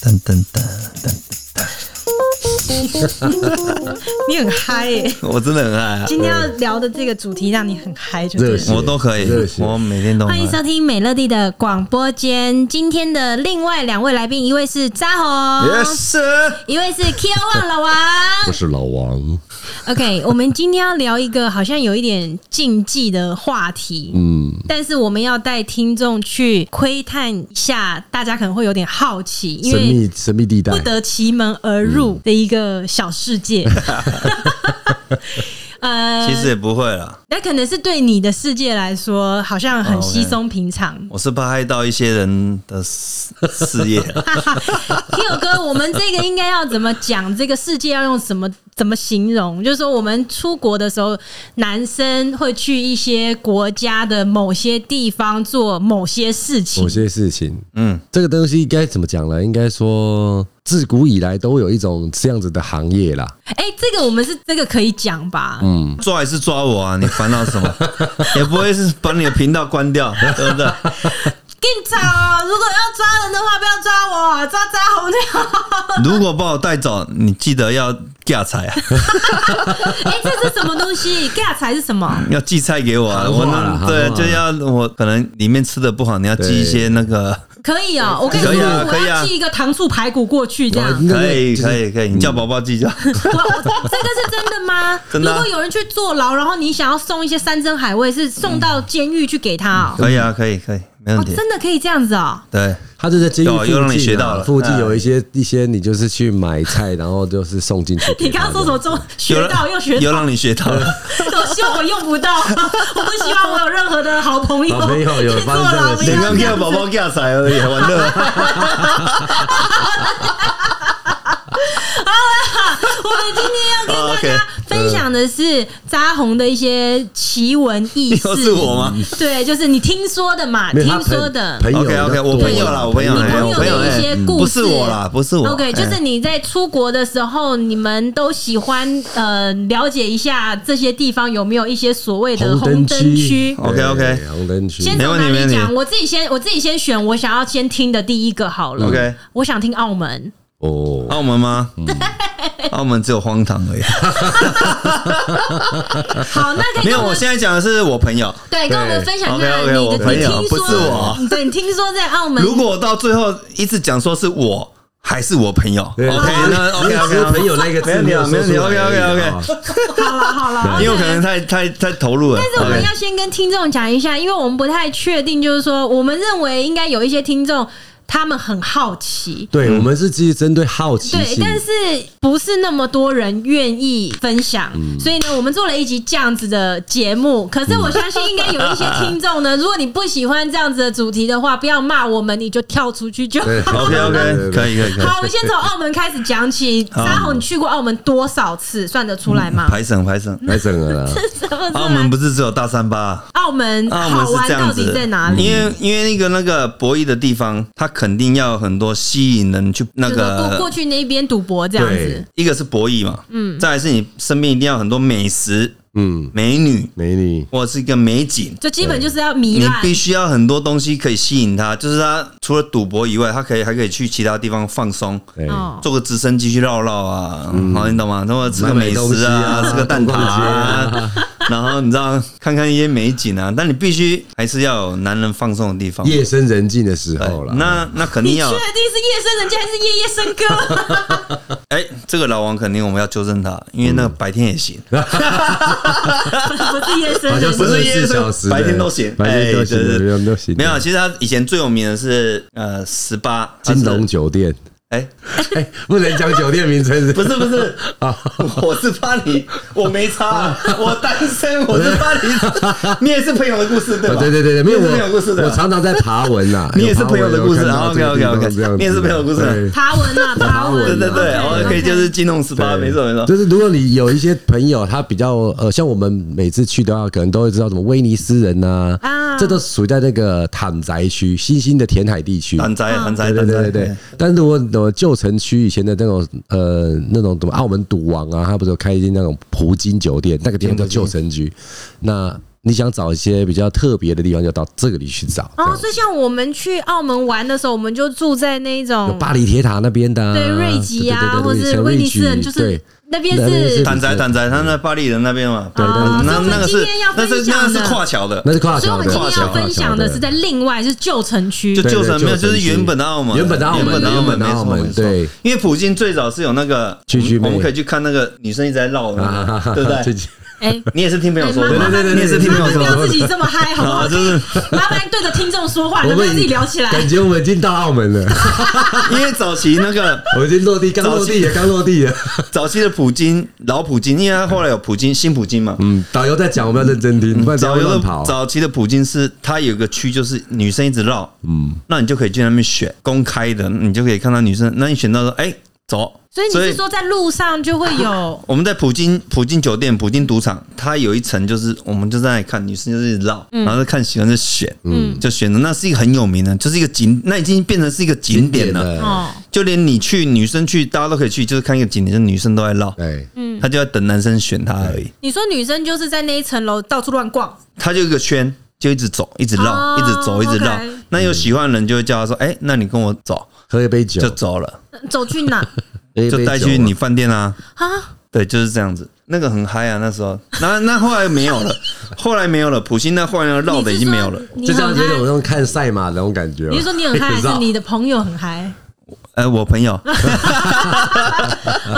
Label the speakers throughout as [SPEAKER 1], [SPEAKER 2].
[SPEAKER 1] 噔噔噔噔，
[SPEAKER 2] 你很嗨 耶、
[SPEAKER 1] 我真的很爱啊，
[SPEAKER 2] 今天要聊的这个主题让你很嗨，就
[SPEAKER 3] 热
[SPEAKER 2] 对
[SPEAKER 3] 血
[SPEAKER 2] 了。
[SPEAKER 1] 我都可以
[SPEAKER 3] 热，血
[SPEAKER 1] 我每天都很
[SPEAKER 2] 欢迎
[SPEAKER 1] 爱。
[SPEAKER 2] 收听美乐蒂的广播间。今天的另外两位来宾，一位是扎红
[SPEAKER 3] Yes，
[SPEAKER 2] 一位是 Q 王老王。
[SPEAKER 3] 我是老王。
[SPEAKER 2] OK，我们今天要聊一个好像有一点禁忌的话题，
[SPEAKER 3] 嗯，
[SPEAKER 2] 但是我们要带听众去窥探一下，大家可能会有点好奇，因
[SPEAKER 3] 神
[SPEAKER 2] 为
[SPEAKER 3] 秘神秘地带
[SPEAKER 2] 不，得其门而入的一个小世界。
[SPEAKER 3] 嗯
[SPEAKER 2] 呃，
[SPEAKER 1] 其实也不会啦，
[SPEAKER 2] 那可能是对你的世界来说，好像很稀松平常。
[SPEAKER 1] 我是怕害到一些人的事事 业啊。
[SPEAKER 2] 哈哈 Q 哥，我们这个应该要怎么讲？这个世界要用什么怎么形容？就是说，我们出国的时候，男生会去一些国家的某些地方做某些事情
[SPEAKER 3] 某。些事情，
[SPEAKER 1] 嗯，
[SPEAKER 3] 这个东西应该怎么讲呢？应该说，自古以来都有一种这样子的行业啦。
[SPEAKER 2] 哎、这个我们是这个可以讲吧？
[SPEAKER 1] 抓也是抓我啊，你烦恼 什么？也不会是把你的频道关掉，对不对？
[SPEAKER 2] 更早、如果要抓人的话，不要抓我，抓扎红就好。
[SPEAKER 1] 如果把我带走，你记得要架菜 啊，
[SPEAKER 2] 哎、这是什么东西？gay 才是什么？
[SPEAKER 1] 要寄菜给我啊。
[SPEAKER 3] 行
[SPEAKER 1] 我
[SPEAKER 3] 话啦
[SPEAKER 1] 那
[SPEAKER 3] 行
[SPEAKER 1] 对
[SPEAKER 3] 话
[SPEAKER 1] 就要我可能里面吃的不好，你要寄一些那个
[SPEAKER 2] 可以哦、我跟你
[SPEAKER 1] 可以
[SPEAKER 2] 说，
[SPEAKER 1] 啊
[SPEAKER 2] 我
[SPEAKER 1] 可以啊
[SPEAKER 2] 要寄一个糖醋排骨过去，这样。
[SPEAKER 3] 那个
[SPEAKER 1] 可以
[SPEAKER 3] 就是
[SPEAKER 1] 可以
[SPEAKER 2] 嗯
[SPEAKER 1] 可以，你叫宝宝寄就好。
[SPEAKER 2] 我我这个是真的吗？
[SPEAKER 1] 真的啊
[SPEAKER 2] 如果有人去坐牢，然后你想要送一些山珍海味，是送到监狱去给他哦、
[SPEAKER 1] 可以啊，可以可以，没问
[SPEAKER 2] 哦
[SPEAKER 1] 题。
[SPEAKER 2] 真的可以这样子哦、
[SPEAKER 1] 对，
[SPEAKER 3] 他就在监狱
[SPEAKER 1] 有又让你
[SPEAKER 3] 附
[SPEAKER 1] 学
[SPEAKER 3] 近
[SPEAKER 1] 到了
[SPEAKER 3] 啊，附近
[SPEAKER 1] 哎
[SPEAKER 3] 有一些一些，你就是去买菜，然后就是送进去给
[SPEAKER 2] 你
[SPEAKER 3] 他
[SPEAKER 2] 刚
[SPEAKER 3] 的。
[SPEAKER 2] 刚说什么中学到又学
[SPEAKER 1] 又
[SPEAKER 2] 到？
[SPEAKER 1] 让你学到了。
[SPEAKER 2] 我希望我用不 到，我不希望我有任何的好朋友
[SPEAKER 3] 好朋友有
[SPEAKER 2] 去坐
[SPEAKER 3] 发生这
[SPEAKER 2] 牢
[SPEAKER 3] 样的
[SPEAKER 2] 不
[SPEAKER 3] 事
[SPEAKER 1] 你
[SPEAKER 2] 要
[SPEAKER 1] 刚
[SPEAKER 2] 这样
[SPEAKER 1] 叫宝
[SPEAKER 2] 子。
[SPEAKER 1] 宝架菜而已，完了。
[SPEAKER 2] 我们今天 要跟
[SPEAKER 1] 哦 OK 嗯
[SPEAKER 2] 大家分享的是扎红的一些奇闻异事。
[SPEAKER 1] 又是我吗？
[SPEAKER 2] 对，就是你听说的嘛，
[SPEAKER 3] 没有他
[SPEAKER 2] 听说的。
[SPEAKER 3] 朋朋友
[SPEAKER 1] OK OK，我朋友啦，我朋友，
[SPEAKER 2] 你
[SPEAKER 1] 哎我
[SPEAKER 2] 朋
[SPEAKER 1] 朋
[SPEAKER 2] 友
[SPEAKER 1] 友，
[SPEAKER 2] 的一
[SPEAKER 1] 哎
[SPEAKER 2] 些故
[SPEAKER 1] 不
[SPEAKER 2] 事，
[SPEAKER 1] 是我啦，不是我。
[SPEAKER 2] OK，就是
[SPEAKER 1] 哎
[SPEAKER 2] 你在出国的时候，你们都喜欢呃了解一下这些地方有没有一些所谓的
[SPEAKER 3] 红
[SPEAKER 2] 红
[SPEAKER 3] 灯
[SPEAKER 2] 灯
[SPEAKER 3] 区
[SPEAKER 2] 区。
[SPEAKER 1] OK，OK
[SPEAKER 3] 对红灯区。
[SPEAKER 2] 先
[SPEAKER 1] 哦没
[SPEAKER 2] 从
[SPEAKER 1] 问题
[SPEAKER 2] 哪
[SPEAKER 1] 没问
[SPEAKER 2] 里
[SPEAKER 1] 题
[SPEAKER 2] 讲？我自己先，我自己先选我想要先听的第一个好了。
[SPEAKER 1] OK
[SPEAKER 2] 我想听 澳门。
[SPEAKER 3] 哦，
[SPEAKER 1] 澳门吗？ 澳门只有荒唐而已。
[SPEAKER 2] 好，那可以
[SPEAKER 1] 没
[SPEAKER 2] 跟
[SPEAKER 1] 有，
[SPEAKER 2] 我
[SPEAKER 1] 我
[SPEAKER 2] 们
[SPEAKER 1] 现在讲的是我朋友。
[SPEAKER 2] 对跟我们
[SPEAKER 3] 对
[SPEAKER 2] 分享一下
[SPEAKER 1] OK，OK，
[SPEAKER 2] 你的
[SPEAKER 1] 我
[SPEAKER 2] 你
[SPEAKER 1] 朋友
[SPEAKER 2] 听
[SPEAKER 1] 不是
[SPEAKER 2] 说
[SPEAKER 1] 我，
[SPEAKER 2] 对，你听说在澳门
[SPEAKER 1] 如果我到最后一直讲说是我还是我朋友
[SPEAKER 3] 对
[SPEAKER 1] ，OK，那
[SPEAKER 3] 只
[SPEAKER 1] OK
[SPEAKER 3] 是
[SPEAKER 1] OK
[SPEAKER 3] 只是朋友那个
[SPEAKER 1] 没
[SPEAKER 3] 字
[SPEAKER 1] 问题啊
[SPEAKER 3] 有说出来而已，
[SPEAKER 1] 没问题，OK，OK，OK
[SPEAKER 3] 好
[SPEAKER 2] 好了好了，
[SPEAKER 1] 因为我可能太太太投入了。
[SPEAKER 2] 但是我们
[SPEAKER 1] OK
[SPEAKER 2] 要先跟听众讲一下，因为我们不太确定，就是说，我们认为应该有一些听众他们很好奇，
[SPEAKER 3] 对，我们是基于针对好奇
[SPEAKER 2] 对，
[SPEAKER 3] 心，
[SPEAKER 2] 但是不是那么多人愿意分享，
[SPEAKER 1] 嗯
[SPEAKER 2] 所以呢，我们做了一集这样子的节目。可是我相信应该有一些听
[SPEAKER 1] 嗯
[SPEAKER 2] 众呢，如果你不喜欢这样子的主题的话，不要骂我们，你就跳出去就。
[SPEAKER 3] 对
[SPEAKER 1] OK
[SPEAKER 3] 对对
[SPEAKER 1] OK，
[SPEAKER 3] 对
[SPEAKER 1] 可以可以可以。
[SPEAKER 2] 好，我们先从澳门开始讲起。
[SPEAKER 1] 好
[SPEAKER 2] 沙红，你去过澳门多少次？算得出来吗？
[SPEAKER 1] 排省排省，
[SPEAKER 3] 来整了啦。
[SPEAKER 2] 算不出来
[SPEAKER 1] 嗯澳门不是只有大三巴啊。
[SPEAKER 2] 澳门
[SPEAKER 1] 啊，我们
[SPEAKER 2] 好
[SPEAKER 1] 是
[SPEAKER 2] 玩
[SPEAKER 1] 这
[SPEAKER 2] 到
[SPEAKER 1] 样子
[SPEAKER 2] 底
[SPEAKER 1] 的，
[SPEAKER 2] 在哪里？
[SPEAKER 1] 因为因为那个那个博弈的地方，它肯定要有很多吸引人去那
[SPEAKER 2] 就是说过
[SPEAKER 1] 个
[SPEAKER 2] 过，去那边赌博这样子
[SPEAKER 3] 对。
[SPEAKER 1] 一个是博弈嘛，嗯，再来是你身边一定要有很多美食、
[SPEAKER 3] 嗯，
[SPEAKER 1] 美女
[SPEAKER 3] 美女，
[SPEAKER 1] 或者是一个美景。
[SPEAKER 2] 就基本就是要糜
[SPEAKER 1] 你
[SPEAKER 2] 烂，
[SPEAKER 1] 必须要很多东西可以吸引他，就是他除了赌博以外，他可以还可以去其他地方放松，
[SPEAKER 3] 对，
[SPEAKER 2] 哦，
[SPEAKER 1] 坐个直升机去绕绕啊，好，你懂吗？然后吃个美
[SPEAKER 3] 嗯买买东
[SPEAKER 1] 食
[SPEAKER 3] 西
[SPEAKER 1] 啊，
[SPEAKER 3] 啊
[SPEAKER 1] 吃个蛋挞
[SPEAKER 3] 逛
[SPEAKER 1] 啊，然后你知道看看一些美景啊，但你必须还是要有男人放松的地方。
[SPEAKER 3] 夜深人静的时候
[SPEAKER 1] 对
[SPEAKER 3] 啦。
[SPEAKER 1] 那那肯
[SPEAKER 2] 你
[SPEAKER 1] 定
[SPEAKER 2] 确定
[SPEAKER 1] 要，
[SPEAKER 2] 是夜深人静还是夜夜笙歌？
[SPEAKER 1] 哎、这个老王肯定我们要纠正他，因为那
[SPEAKER 3] 嗯
[SPEAKER 1] 个白天也行，
[SPEAKER 2] 不是夜深
[SPEAKER 3] 好
[SPEAKER 2] 人
[SPEAKER 3] 像
[SPEAKER 2] 静，
[SPEAKER 3] 是
[SPEAKER 1] 不是夜
[SPEAKER 3] 24
[SPEAKER 1] 深
[SPEAKER 3] 小时的，
[SPEAKER 1] 白天都行
[SPEAKER 3] 白天都
[SPEAKER 1] 哎对对
[SPEAKER 3] 行，
[SPEAKER 1] 对
[SPEAKER 3] 没有都行。
[SPEAKER 1] 没有。其实他以前最有名的是呃十八
[SPEAKER 3] 金龙，酒店，
[SPEAKER 1] 哎、
[SPEAKER 3] 哎，不能讲酒店名称是
[SPEAKER 1] 不是不 是啊，我是怕你，我没差，
[SPEAKER 3] 啊
[SPEAKER 1] 我单身，我是怕你，你也是朋友的故事对
[SPEAKER 3] 啊，
[SPEAKER 1] 吧？
[SPEAKER 3] 对对对对，没有
[SPEAKER 1] 你也是朋友的故事
[SPEAKER 3] 我
[SPEAKER 1] 对
[SPEAKER 3] 我
[SPEAKER 1] 吧？，
[SPEAKER 3] 常常在爬文啦
[SPEAKER 1] 你也是朋友的故事啊
[SPEAKER 3] ，OK OK
[SPEAKER 1] OK，OK，OK，
[SPEAKER 3] OK，
[SPEAKER 1] 你也是朋友的故事啊
[SPEAKER 2] 爬文 啊，爬文，
[SPEAKER 1] 对对对，哦
[SPEAKER 2] OK，
[SPEAKER 1] 我可以
[SPEAKER 2] OK
[SPEAKER 1] 就是金龙十八，没错没错。
[SPEAKER 3] 就是如果你有一些朋友，他比较呃，像我们每次去的话，可能都会知道什么威尼斯人呐、
[SPEAKER 2] 啊
[SPEAKER 3] 这都属于在那个坦宅区，新兴的填海地区。
[SPEAKER 1] 很宅很宅
[SPEAKER 3] 啊对对
[SPEAKER 1] 很宅，哎
[SPEAKER 3] 对对对，但是我我旧城区以前的那种呃那种什么澳门赌王啊，他不是有开一间那种葡京酒店，那个地方叫旧城区。那你想找一些比较特别的地方，就到这个里去找。这
[SPEAKER 2] 哦，
[SPEAKER 3] 样
[SPEAKER 2] 所以像我们去澳门玩的时候，我们就住在那一
[SPEAKER 3] 有
[SPEAKER 2] 种
[SPEAKER 3] 巴黎铁塔那边的啊，
[SPEAKER 2] 对瑞吉啊，
[SPEAKER 3] 对对对对
[SPEAKER 2] 或
[SPEAKER 3] 对
[SPEAKER 2] 是
[SPEAKER 3] 像
[SPEAKER 2] 威尼
[SPEAKER 3] 瑞吉
[SPEAKER 2] 斯人，就
[SPEAKER 3] 对
[SPEAKER 2] 是那边
[SPEAKER 3] 那边
[SPEAKER 2] 是
[SPEAKER 3] 是
[SPEAKER 1] 坦仔坦仔，他那巴黎人那边嘛，
[SPEAKER 3] 对对
[SPEAKER 2] 哦
[SPEAKER 1] 那
[SPEAKER 2] 所以我们
[SPEAKER 1] 那个
[SPEAKER 2] 今
[SPEAKER 1] 是
[SPEAKER 2] 天要
[SPEAKER 1] 那
[SPEAKER 2] 分
[SPEAKER 1] 是
[SPEAKER 2] 享
[SPEAKER 1] 那
[SPEAKER 2] 的
[SPEAKER 1] 是跨桥的，
[SPEAKER 3] 那是跨
[SPEAKER 2] 所以我
[SPEAKER 3] 桥的，
[SPEAKER 2] 们今天要
[SPEAKER 1] 跨桥
[SPEAKER 2] 分享的是在另外就是旧城区，
[SPEAKER 1] 就
[SPEAKER 3] 对
[SPEAKER 1] 旧
[SPEAKER 3] 对
[SPEAKER 1] 城
[SPEAKER 3] 旧
[SPEAKER 1] 没有，
[SPEAKER 3] 城
[SPEAKER 1] 就是
[SPEAKER 3] 区
[SPEAKER 1] 原本的澳门，
[SPEAKER 3] 原本的澳门
[SPEAKER 1] 原本的澳门，
[SPEAKER 3] 原本的
[SPEAKER 1] 没错
[SPEAKER 3] 澳门
[SPEAKER 1] 没错
[SPEAKER 3] 对
[SPEAKER 1] 因为普京最早是有那个
[SPEAKER 3] 居居
[SPEAKER 1] 我们我们
[SPEAKER 3] 妹
[SPEAKER 1] 可以去看那个女生一直在绕的那个，
[SPEAKER 3] 啊，
[SPEAKER 1] 对不
[SPEAKER 3] 这
[SPEAKER 1] 对？
[SPEAKER 2] 哎。
[SPEAKER 1] 你也是听朋友说的
[SPEAKER 2] 哎
[SPEAKER 1] 嘛，
[SPEAKER 2] 妈妈
[SPEAKER 1] 你也是听
[SPEAKER 2] 麻
[SPEAKER 1] 朋友
[SPEAKER 2] 烦不
[SPEAKER 1] 说
[SPEAKER 2] 要
[SPEAKER 1] 的。
[SPEAKER 2] 自己这么嗨，好不好？
[SPEAKER 1] 啊就是
[SPEAKER 2] 麻烦对着听众 说话，
[SPEAKER 3] 我
[SPEAKER 2] 能不
[SPEAKER 3] 们
[SPEAKER 2] 能自己聊起来？
[SPEAKER 3] 感觉我们已经到澳门了，
[SPEAKER 1] 因为早期那 个
[SPEAKER 3] 我已经落地，刚落地了，刚落地了。
[SPEAKER 1] 早期的普京，老普京，因为他后来有普京新普京嘛，
[SPEAKER 3] 嗯，导游在讲，我们要认真听，不然不要
[SPEAKER 1] 早有
[SPEAKER 3] 乱
[SPEAKER 1] 的
[SPEAKER 3] 跑。
[SPEAKER 1] 早期的普京是他有个区就是女生一直绕，嗯，那你就可以去那边选公开的，你就可以看到女生，那你选到说，哎、走，
[SPEAKER 2] 所以你是说在路上就会有
[SPEAKER 1] 我们在普京普京酒店、普京赌场，它有一层就是我们就在那里看女生就是一直绕，然后就看喜欢就选，嗯，就选的那是一个很有名的，就是一个景，那已经变成是一个景点了。
[SPEAKER 3] 了，
[SPEAKER 2] 哦，
[SPEAKER 1] 就连你去女生去，大家都可以去，就是看一个景点，就是女生都在绕，
[SPEAKER 3] 对，
[SPEAKER 1] 嗯，他就在等男生选他而已，
[SPEAKER 2] 你说女生就是在那一层楼到处乱逛，
[SPEAKER 1] 他就一个圈。就一直走，一直绕，
[SPEAKER 2] 哦
[SPEAKER 1] 一直走，一直绕
[SPEAKER 2] OK。
[SPEAKER 1] 那有喜欢的人就会叫他说：“哎，那你跟我走，
[SPEAKER 3] 喝一杯酒
[SPEAKER 1] 就，走了，
[SPEAKER 2] 走去哪
[SPEAKER 3] 喝一杯
[SPEAKER 1] 就带
[SPEAKER 3] 酒
[SPEAKER 1] 去你饭店啊。”
[SPEAKER 2] 啊？
[SPEAKER 1] 对，就是这样子。那个很嗨啊，那时候。那那后来没有了，后来没有了。普星那后来那绕的已经没有了。
[SPEAKER 2] 你
[SPEAKER 3] 就是像
[SPEAKER 2] 说你
[SPEAKER 3] 有种那
[SPEAKER 2] 很嗨？
[SPEAKER 3] 种看赛马的那种感觉。
[SPEAKER 2] 你是说你很嗨，还
[SPEAKER 3] 不知
[SPEAKER 2] 是
[SPEAKER 3] 道
[SPEAKER 2] 你的朋友很 嗨
[SPEAKER 1] 哎、我朋友，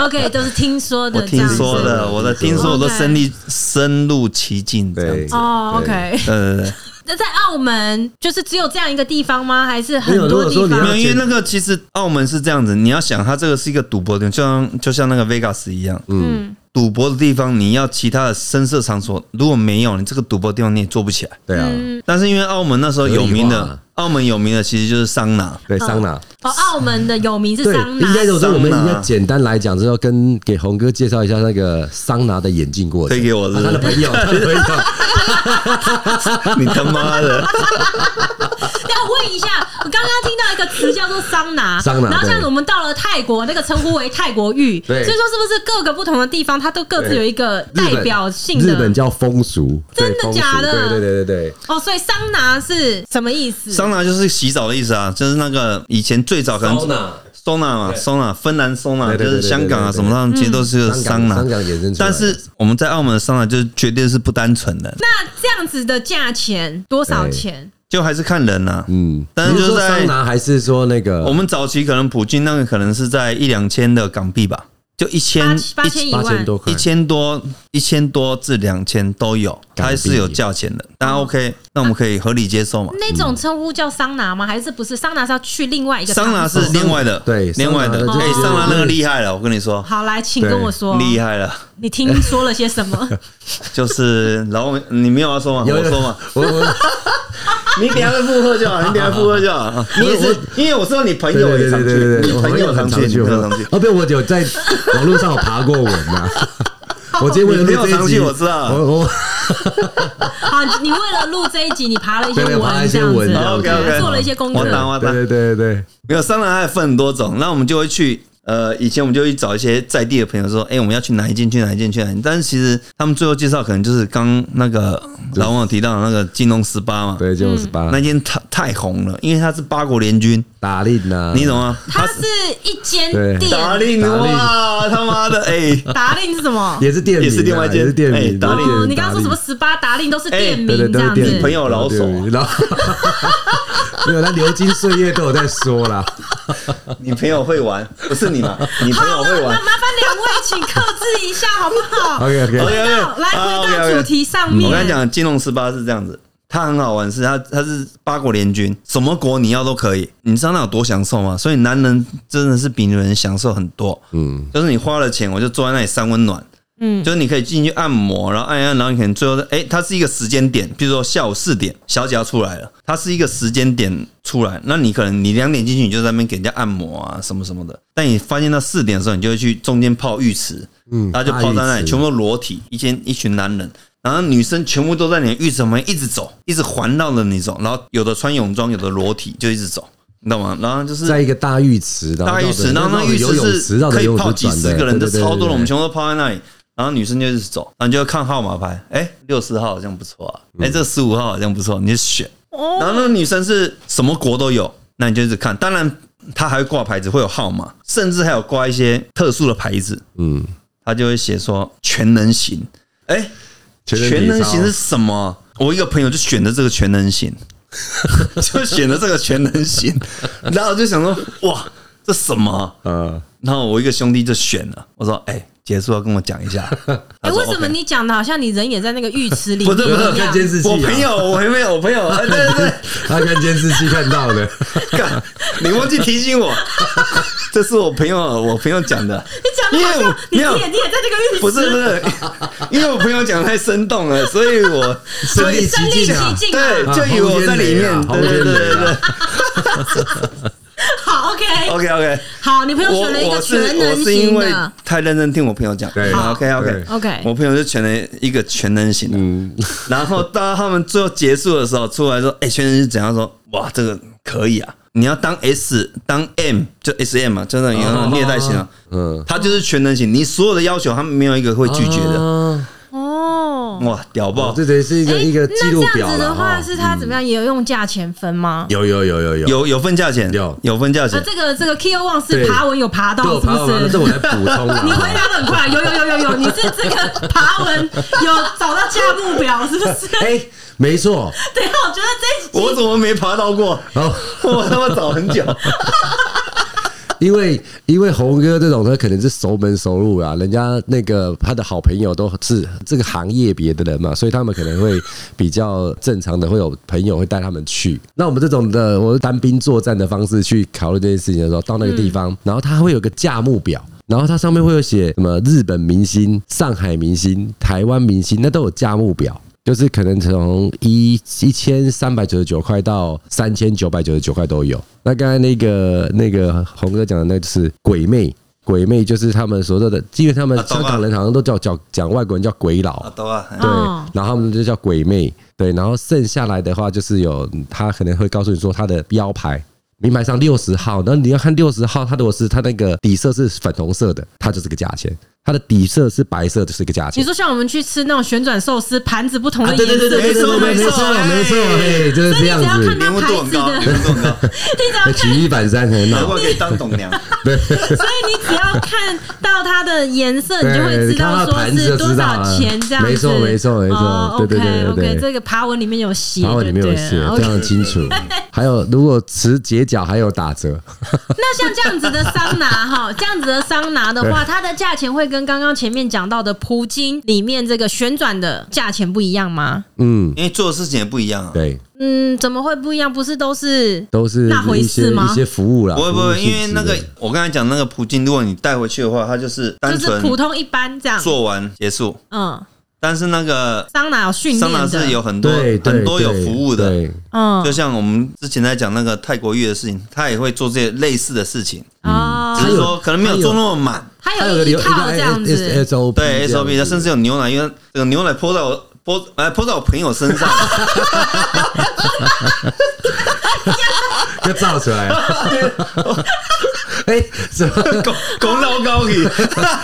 [SPEAKER 2] ？OK，都是听说
[SPEAKER 1] 我
[SPEAKER 2] 的，这
[SPEAKER 1] 听
[SPEAKER 2] 样子
[SPEAKER 1] 说的，我的听说我都身历身入其境这样
[SPEAKER 3] 对
[SPEAKER 1] 子。
[SPEAKER 2] 哦
[SPEAKER 3] 对
[SPEAKER 2] ，OK。
[SPEAKER 1] 对对对，
[SPEAKER 2] 那在澳门就是只有这样一个地方吗？还是很
[SPEAKER 3] 没有如
[SPEAKER 2] 多
[SPEAKER 3] 果
[SPEAKER 2] 地
[SPEAKER 3] 说你
[SPEAKER 2] 方
[SPEAKER 1] 没
[SPEAKER 3] 要？
[SPEAKER 1] 有，因为那个其实澳门是这样子，你要想它这个是一个赌博的，就像就像那个 Vegas 一样，嗯，赌博的地方你要其他的深色场所，如果没有，你这个赌博地方你也做不起来。
[SPEAKER 3] 对啊，
[SPEAKER 2] 嗯
[SPEAKER 1] 但是因为澳门那时候有名
[SPEAKER 3] 合理化
[SPEAKER 1] 的，澳门有名的其实就是桑拿，
[SPEAKER 3] 对桑拿。
[SPEAKER 2] 哦，澳门的有名是
[SPEAKER 3] 对，
[SPEAKER 2] 桑拿
[SPEAKER 3] 应，该就是我们
[SPEAKER 1] 桑拿
[SPEAKER 3] 应该简单来讲，之后跟给红哥介绍一下那个桑拿的演进过程。
[SPEAKER 1] 推给我是
[SPEAKER 3] 啊
[SPEAKER 1] 不
[SPEAKER 3] 他的
[SPEAKER 1] 是
[SPEAKER 3] 朋友，他的 朋友，
[SPEAKER 1] 你他妈的！
[SPEAKER 2] 要问一下，我刚刚听到一个词叫做桑拿，
[SPEAKER 3] 桑拿
[SPEAKER 2] 然后
[SPEAKER 3] 对
[SPEAKER 2] 像我们到了泰国，那个称呼为泰国浴，所
[SPEAKER 3] 对
[SPEAKER 2] 以说是不是各个不同的地方，它都各自有一个
[SPEAKER 3] 日本
[SPEAKER 2] 代表性
[SPEAKER 3] 日
[SPEAKER 2] 的？
[SPEAKER 3] 本叫风俗，对
[SPEAKER 2] 真的
[SPEAKER 3] 风俗
[SPEAKER 2] 假的
[SPEAKER 3] 对对对对
[SPEAKER 2] 哦，所以桑拿是什么意思？
[SPEAKER 1] 桑拿就是洗澡的意思啊，就是那个以前最早可能
[SPEAKER 3] 对，拿
[SPEAKER 1] 桑拿嘛，桑拿，芬兰桑拿
[SPEAKER 3] 对
[SPEAKER 1] 就
[SPEAKER 3] 对对
[SPEAKER 1] 是香港啊
[SPEAKER 3] 对对对嗯
[SPEAKER 1] 什么，他们其实都是个桑
[SPEAKER 3] 香
[SPEAKER 1] 拿
[SPEAKER 3] 港，。香港衍生出来
[SPEAKER 1] 但是我们在澳门的桑拿就是绝对是不单纯的，
[SPEAKER 2] 那这样子的价钱多少钱？
[SPEAKER 1] 就还是看人呐。
[SPEAKER 3] 嗯，
[SPEAKER 1] 但是
[SPEAKER 3] 你
[SPEAKER 1] 就
[SPEAKER 3] 说
[SPEAKER 1] 在
[SPEAKER 3] 桑拿还是说那个
[SPEAKER 1] 我们早期可能普京那个可能是在一两千的港币吧，就一
[SPEAKER 2] 八
[SPEAKER 1] 千
[SPEAKER 2] 八千以
[SPEAKER 3] 八
[SPEAKER 2] 外
[SPEAKER 3] 千，多块
[SPEAKER 1] 一？千多一千多至两千都有，
[SPEAKER 3] 港
[SPEAKER 1] 它
[SPEAKER 3] 币
[SPEAKER 1] 是有价钱的。那
[SPEAKER 2] 哦
[SPEAKER 1] OK，那我们可以合理接受嘛？
[SPEAKER 2] 那种称呼叫桑拿吗？还是不是？桑拿是要去另外一个
[SPEAKER 1] 嗯桑拿是
[SPEAKER 2] 场所
[SPEAKER 1] 另外的，
[SPEAKER 3] 对
[SPEAKER 1] 另外的。
[SPEAKER 3] 桑拿
[SPEAKER 2] 的
[SPEAKER 1] 哎，
[SPEAKER 2] 就是
[SPEAKER 1] 桑拿那
[SPEAKER 3] 嗯
[SPEAKER 1] 个厉害了，我跟你说，
[SPEAKER 2] 好，来，请跟
[SPEAKER 3] 对
[SPEAKER 2] 我说，
[SPEAKER 1] 厉害了。
[SPEAKER 2] 你听说了些 什么？
[SPEAKER 1] 就是然后你没有要说吗？
[SPEAKER 3] 有
[SPEAKER 1] 我说嘛，，
[SPEAKER 3] 有 我我
[SPEAKER 1] 你等一下再附和就 好，你等一下附和就好。你也是，因啊为我知道你朋
[SPEAKER 3] 对
[SPEAKER 1] 友
[SPEAKER 3] 对
[SPEAKER 1] 也
[SPEAKER 3] 对
[SPEAKER 1] 常去，
[SPEAKER 3] 对对
[SPEAKER 1] 你
[SPEAKER 3] 对，
[SPEAKER 1] 朋友
[SPEAKER 3] 很
[SPEAKER 1] 常去，你
[SPEAKER 3] 去，
[SPEAKER 1] 朋
[SPEAKER 3] 我
[SPEAKER 1] 友常去。
[SPEAKER 3] 哦，不，我有在网络上有爬过文呐。我今天为了
[SPEAKER 1] 你朋友常
[SPEAKER 3] 录这一
[SPEAKER 1] 去
[SPEAKER 3] 集，
[SPEAKER 1] 我知道
[SPEAKER 3] 我我
[SPEAKER 2] 好，你为了录这一集，你爬了一些
[SPEAKER 3] 对对爬了一
[SPEAKER 2] 文，
[SPEAKER 3] 些
[SPEAKER 2] 这样
[SPEAKER 3] 文
[SPEAKER 2] 子
[SPEAKER 3] 这样
[SPEAKER 1] 子啊 OK，OK
[SPEAKER 2] 做了一些功
[SPEAKER 1] 我打
[SPEAKER 2] 课。
[SPEAKER 1] 我打，
[SPEAKER 3] 对对对对
[SPEAKER 1] 没有商人还分很多种，那我们就会去。呃，以前我们就会找一些在地的朋友说，哎、我们要去哪一间，去哪一间，去哪一间。但是其实他们最后介绍可能就是刚那个老王有提到的那个金龙十八嘛，
[SPEAKER 3] 对，就是把
[SPEAKER 1] 那间太太红了，因为他是八国联军，
[SPEAKER 3] 打令呐，
[SPEAKER 1] 你懂吗？
[SPEAKER 2] 它是一间
[SPEAKER 3] 对
[SPEAKER 2] 店，
[SPEAKER 1] 啊打令
[SPEAKER 3] 打令
[SPEAKER 1] 哇，他妈的，哎、
[SPEAKER 2] 达令是什么？
[SPEAKER 3] 也是店名啊，
[SPEAKER 1] 也是另外一间
[SPEAKER 3] 也是店
[SPEAKER 1] 哎
[SPEAKER 3] 名。
[SPEAKER 1] 达令哎
[SPEAKER 2] 哦，你刚刚说什么
[SPEAKER 3] 么？
[SPEAKER 2] 十八达令都是店
[SPEAKER 3] 对对，
[SPEAKER 2] 名这
[SPEAKER 3] 都是
[SPEAKER 2] 样
[SPEAKER 3] 店名。
[SPEAKER 1] 朋
[SPEAKER 2] 子。
[SPEAKER 1] 友老手啊
[SPEAKER 3] 然后没有，他流金岁月都有在说啦。
[SPEAKER 1] 你朋友会玩，不是你嘛？你朋友
[SPEAKER 2] 好
[SPEAKER 1] 会
[SPEAKER 2] 了，
[SPEAKER 1] 玩
[SPEAKER 2] 那。麻烦两位请克制一下，好不 好？
[SPEAKER 3] OK OK，
[SPEAKER 1] OK，OK
[SPEAKER 2] 好来
[SPEAKER 1] 啊
[SPEAKER 2] 回到
[SPEAKER 1] OK，OK
[SPEAKER 2] 主题上
[SPEAKER 1] 我跟你
[SPEAKER 2] 面。
[SPEAKER 1] 讲，金龙十八是这样子，它很好玩，是它它是八国联军，什么国你要都可以。你知道那有多享受吗？所以男人真的是比女人享受很多。
[SPEAKER 3] 嗯，
[SPEAKER 1] 就是你花了钱，我就坐在那里三温暖。
[SPEAKER 2] 嗯
[SPEAKER 1] 就是你可以进去按摩，然后按一按，然后你可能最后哎、诶它是一个时间点，比如说下午四点，小姐要出来了，它是一个时间点出来，那你可能你两点进去，你就在那边给人家按摩啊什么什么的，但你发现到四点的时候，你就会去中间泡浴池，
[SPEAKER 3] 嗯
[SPEAKER 1] 他就泡在那里，全部都裸体，一间一群男人，然后女生全部都在你的浴池旁边一直走，一直环绕着你走，然后有的穿泳装，有的裸体，就一直走，你懂吗？然后就是
[SPEAKER 3] 在一个大浴池，然后
[SPEAKER 1] 大浴池，然后
[SPEAKER 3] 绕
[SPEAKER 1] 那
[SPEAKER 3] 着
[SPEAKER 1] 浴
[SPEAKER 3] 游泳
[SPEAKER 1] 池是
[SPEAKER 3] 绕着
[SPEAKER 1] 可以
[SPEAKER 3] 游泳
[SPEAKER 1] 泡
[SPEAKER 3] 池
[SPEAKER 1] 几
[SPEAKER 3] 转
[SPEAKER 1] 十
[SPEAKER 3] 的
[SPEAKER 1] 个人，
[SPEAKER 3] 对
[SPEAKER 1] 这
[SPEAKER 3] 对对
[SPEAKER 1] 超多
[SPEAKER 3] 对
[SPEAKER 1] 了，
[SPEAKER 3] 对
[SPEAKER 1] 我们全部都泡在那里。然后女生就一直走，然后你就看号码牌，哎，六十号好像不错啊，哎，
[SPEAKER 3] 嗯
[SPEAKER 1] 这十五号好像不错，你就选。然后那个女生是什么国都有，那你就一直看。当然，她还会挂牌子，会有号码，甚至还有挂一些特殊的牌子，
[SPEAKER 3] 嗯，
[SPEAKER 1] 她就会写说全能型。哎，
[SPEAKER 3] 全
[SPEAKER 1] 全能
[SPEAKER 3] 能体操
[SPEAKER 1] 型是什么？我一个朋友就选了这个全能型， 就选了这个全能型，然后我就想说，哇，这什么？
[SPEAKER 3] 呃，
[SPEAKER 1] 然后我一个兄弟就选了，我说，哎、结束要跟我讲一 下。
[SPEAKER 2] 哎、
[SPEAKER 1] 他说
[SPEAKER 2] 为什么
[SPEAKER 1] OK
[SPEAKER 2] 你讲的好像你人也在那个浴池里
[SPEAKER 1] 不
[SPEAKER 2] 面
[SPEAKER 1] 是不
[SPEAKER 2] 一
[SPEAKER 1] 是
[SPEAKER 2] 样？
[SPEAKER 3] 监视器啊
[SPEAKER 1] 我朋友，我朋友，我朋 友，哎对对
[SPEAKER 3] 他看监视器看到的，
[SPEAKER 1] 对，干，你忘记提醒 我，这是我朋友，我朋友讲的。
[SPEAKER 2] 你讲的好像你
[SPEAKER 1] 因为我
[SPEAKER 2] 自己也你也在这个浴池，
[SPEAKER 1] 不是不是，因为我朋友讲得太生动了，所以我所以
[SPEAKER 2] 身临其境
[SPEAKER 1] 对
[SPEAKER 2] 啊！
[SPEAKER 3] 啊
[SPEAKER 1] 就以为我在里面，
[SPEAKER 3] 好
[SPEAKER 1] 对对对对
[SPEAKER 3] 啊
[SPEAKER 1] 对。
[SPEAKER 2] 好，OK，
[SPEAKER 1] OK OK，
[SPEAKER 2] 好，你朋友
[SPEAKER 1] 我
[SPEAKER 2] 选了一
[SPEAKER 1] 我
[SPEAKER 2] 个
[SPEAKER 1] 是
[SPEAKER 2] 全
[SPEAKER 1] 我
[SPEAKER 2] 能
[SPEAKER 1] 是因
[SPEAKER 2] 型
[SPEAKER 1] 为
[SPEAKER 2] 的，
[SPEAKER 1] 太认真听我朋友讲
[SPEAKER 3] 对
[SPEAKER 1] ，OK OK
[SPEAKER 3] 对嗯
[SPEAKER 2] OK
[SPEAKER 1] 我朋友就选了一个全能型的， 然后到他们最后结束的时候出来说，哎，全能是怎样说？哇，这个可以啊！你要当 S 当 M 就 S M 啊嘛，就那种
[SPEAKER 3] 哦
[SPEAKER 1] 虐待型啊，
[SPEAKER 3] 嗯，
[SPEAKER 1] 他就是全能型，你所有的要求他们没有一个会拒绝的，
[SPEAKER 3] 啊
[SPEAKER 2] 哦。
[SPEAKER 1] 哇，屌
[SPEAKER 3] 哦
[SPEAKER 1] 爆，！
[SPEAKER 3] 这等于是一
[SPEAKER 2] 哎
[SPEAKER 3] 个一个记录
[SPEAKER 2] 那这
[SPEAKER 3] 表
[SPEAKER 2] 样子的
[SPEAKER 3] 了
[SPEAKER 2] 话，
[SPEAKER 3] 哈。嗯
[SPEAKER 2] 是他怎么样？也有用价钱分吗？
[SPEAKER 3] 有有有有有
[SPEAKER 1] 有有分价钱，
[SPEAKER 3] 有
[SPEAKER 1] 有分价
[SPEAKER 2] 啊
[SPEAKER 1] 钱，，
[SPEAKER 2] 这个这个 Q 望是
[SPEAKER 3] 对
[SPEAKER 2] 爬文有爬到，
[SPEAKER 3] 对，我
[SPEAKER 2] 是
[SPEAKER 3] 爬
[SPEAKER 2] 不
[SPEAKER 3] 完了，
[SPEAKER 2] 是
[SPEAKER 3] 这？我来补充了。
[SPEAKER 2] 你回答的很快，有有有有有，你是这个爬文有找到价目表，是不是？
[SPEAKER 3] 哎，没错，
[SPEAKER 2] 对，啊我觉得这一集
[SPEAKER 1] 我怎么没爬到过？
[SPEAKER 3] 哦，
[SPEAKER 1] 我他妈找很久，
[SPEAKER 3] 因为因为红哥这种他可能是熟门熟路啊，人家那个他的好朋友都是这个行业别的人嘛，所以他们可能会比较正常的会有朋友会带他们去。那我们这种的，我是单兵作战的方式去考虑这件事情的时候，到那个地方，然后他会有个价目表。然后它上面会有写什么日本明星、上海明星、台湾明星，那都有价目表。就是可能从一一千三百九十九块到三千九百九十九块都有。那刚才那个那个红哥讲的，那就是鬼妹，鬼妹就是他们所说的，因为他们
[SPEAKER 1] 啊懂
[SPEAKER 3] 香
[SPEAKER 1] 了
[SPEAKER 3] 港人好像都叫叫讲外国人叫鬼佬，
[SPEAKER 1] 好多啊，
[SPEAKER 3] 对
[SPEAKER 2] 哦，
[SPEAKER 3] 然后他们就叫鬼妹，对，然后剩下来的话就是有他可能会告诉你说他的标牌。名牌上六十号，那你要看六十号，它如果是它那个底色是粉红色的，它就是个价钱；它的底色是白色，就是个价钱
[SPEAKER 2] 你。说像我们去吃那种旋转寿司，盘子不同的
[SPEAKER 3] 啊，
[SPEAKER 2] 颜色，
[SPEAKER 3] 对对对对，
[SPEAKER 1] 没
[SPEAKER 3] 对对
[SPEAKER 1] 错
[SPEAKER 3] 对没
[SPEAKER 1] 没
[SPEAKER 3] 错
[SPEAKER 1] 错
[SPEAKER 3] 没错，嘿，就是这样
[SPEAKER 2] 哎所以你只要看
[SPEAKER 3] 子，
[SPEAKER 1] 年温度很高，年温度 很高，
[SPEAKER 3] 举一反三很
[SPEAKER 1] 难
[SPEAKER 3] 好。
[SPEAKER 1] 怪可以当董娘。
[SPEAKER 2] 所以你只要看到它的颜色，你就会
[SPEAKER 3] 对，
[SPEAKER 2] 知
[SPEAKER 3] 看
[SPEAKER 2] 道
[SPEAKER 3] 到
[SPEAKER 2] 说
[SPEAKER 3] 盘子
[SPEAKER 2] 是
[SPEAKER 3] 就
[SPEAKER 2] 多
[SPEAKER 3] 知道
[SPEAKER 2] 少
[SPEAKER 3] 了
[SPEAKER 2] 钱这样子。
[SPEAKER 3] 没错没错没错
[SPEAKER 2] 哦
[SPEAKER 3] 对对对
[SPEAKER 2] OK
[SPEAKER 3] 对
[SPEAKER 2] OK，
[SPEAKER 3] 对
[SPEAKER 2] 这个爬文里面有写，
[SPEAKER 3] 然后里面有写
[SPEAKER 2] 对，了 OK
[SPEAKER 3] 非常清楚。还有，如果持节角还有打折，
[SPEAKER 2] 那像这样子的桑拿哈，这样子的桑拿的话，它的价钱会跟刚刚前面讲到的葡京里面这个旋转的价钱不一样吗？
[SPEAKER 3] 嗯，
[SPEAKER 1] 因为做的事情也不一样啊。
[SPEAKER 3] 对，
[SPEAKER 2] 嗯，怎么会不一样？不是都是
[SPEAKER 3] 都是
[SPEAKER 2] 那回
[SPEAKER 3] 一
[SPEAKER 2] 事
[SPEAKER 3] 些
[SPEAKER 2] 吗
[SPEAKER 3] 一些服务啦。
[SPEAKER 1] 不会不
[SPEAKER 3] 服务
[SPEAKER 1] 会，
[SPEAKER 3] 性
[SPEAKER 1] 因为那个
[SPEAKER 3] 质的
[SPEAKER 1] 我刚才讲那个普京，如果你带回去的话，它就是单
[SPEAKER 2] 就是
[SPEAKER 1] 纯
[SPEAKER 2] 普通啊一般这样？
[SPEAKER 1] 做完结束。
[SPEAKER 2] 嗯，
[SPEAKER 1] 但是那个
[SPEAKER 2] 桑拿有训
[SPEAKER 1] 桑
[SPEAKER 2] 练
[SPEAKER 1] 拿
[SPEAKER 2] 的，
[SPEAKER 1] 是有很多
[SPEAKER 3] 对对
[SPEAKER 1] 很多有
[SPEAKER 3] 对
[SPEAKER 1] 服务的，
[SPEAKER 3] 对
[SPEAKER 2] 嗯
[SPEAKER 1] 就像我们之前在讲那个泰国浴的事情，他也会做这些类似的事情，
[SPEAKER 2] 哦
[SPEAKER 1] 只
[SPEAKER 3] 还，
[SPEAKER 1] 是
[SPEAKER 3] 有
[SPEAKER 1] 说可能没有做那么满。
[SPEAKER 2] 它
[SPEAKER 3] 它
[SPEAKER 2] 有
[SPEAKER 3] 个
[SPEAKER 2] 一
[SPEAKER 3] 流
[SPEAKER 2] 套
[SPEAKER 3] 个
[SPEAKER 2] 哎这样
[SPEAKER 3] S-
[SPEAKER 2] 子
[SPEAKER 3] SOP
[SPEAKER 1] 对 SOP，它甚至有牛奶，因为这个牛奶泼到我泼哎泼到我朋友 身上，
[SPEAKER 3] 就造 出来。 哎，什么？
[SPEAKER 1] 拱拱到高里，
[SPEAKER 2] 泼到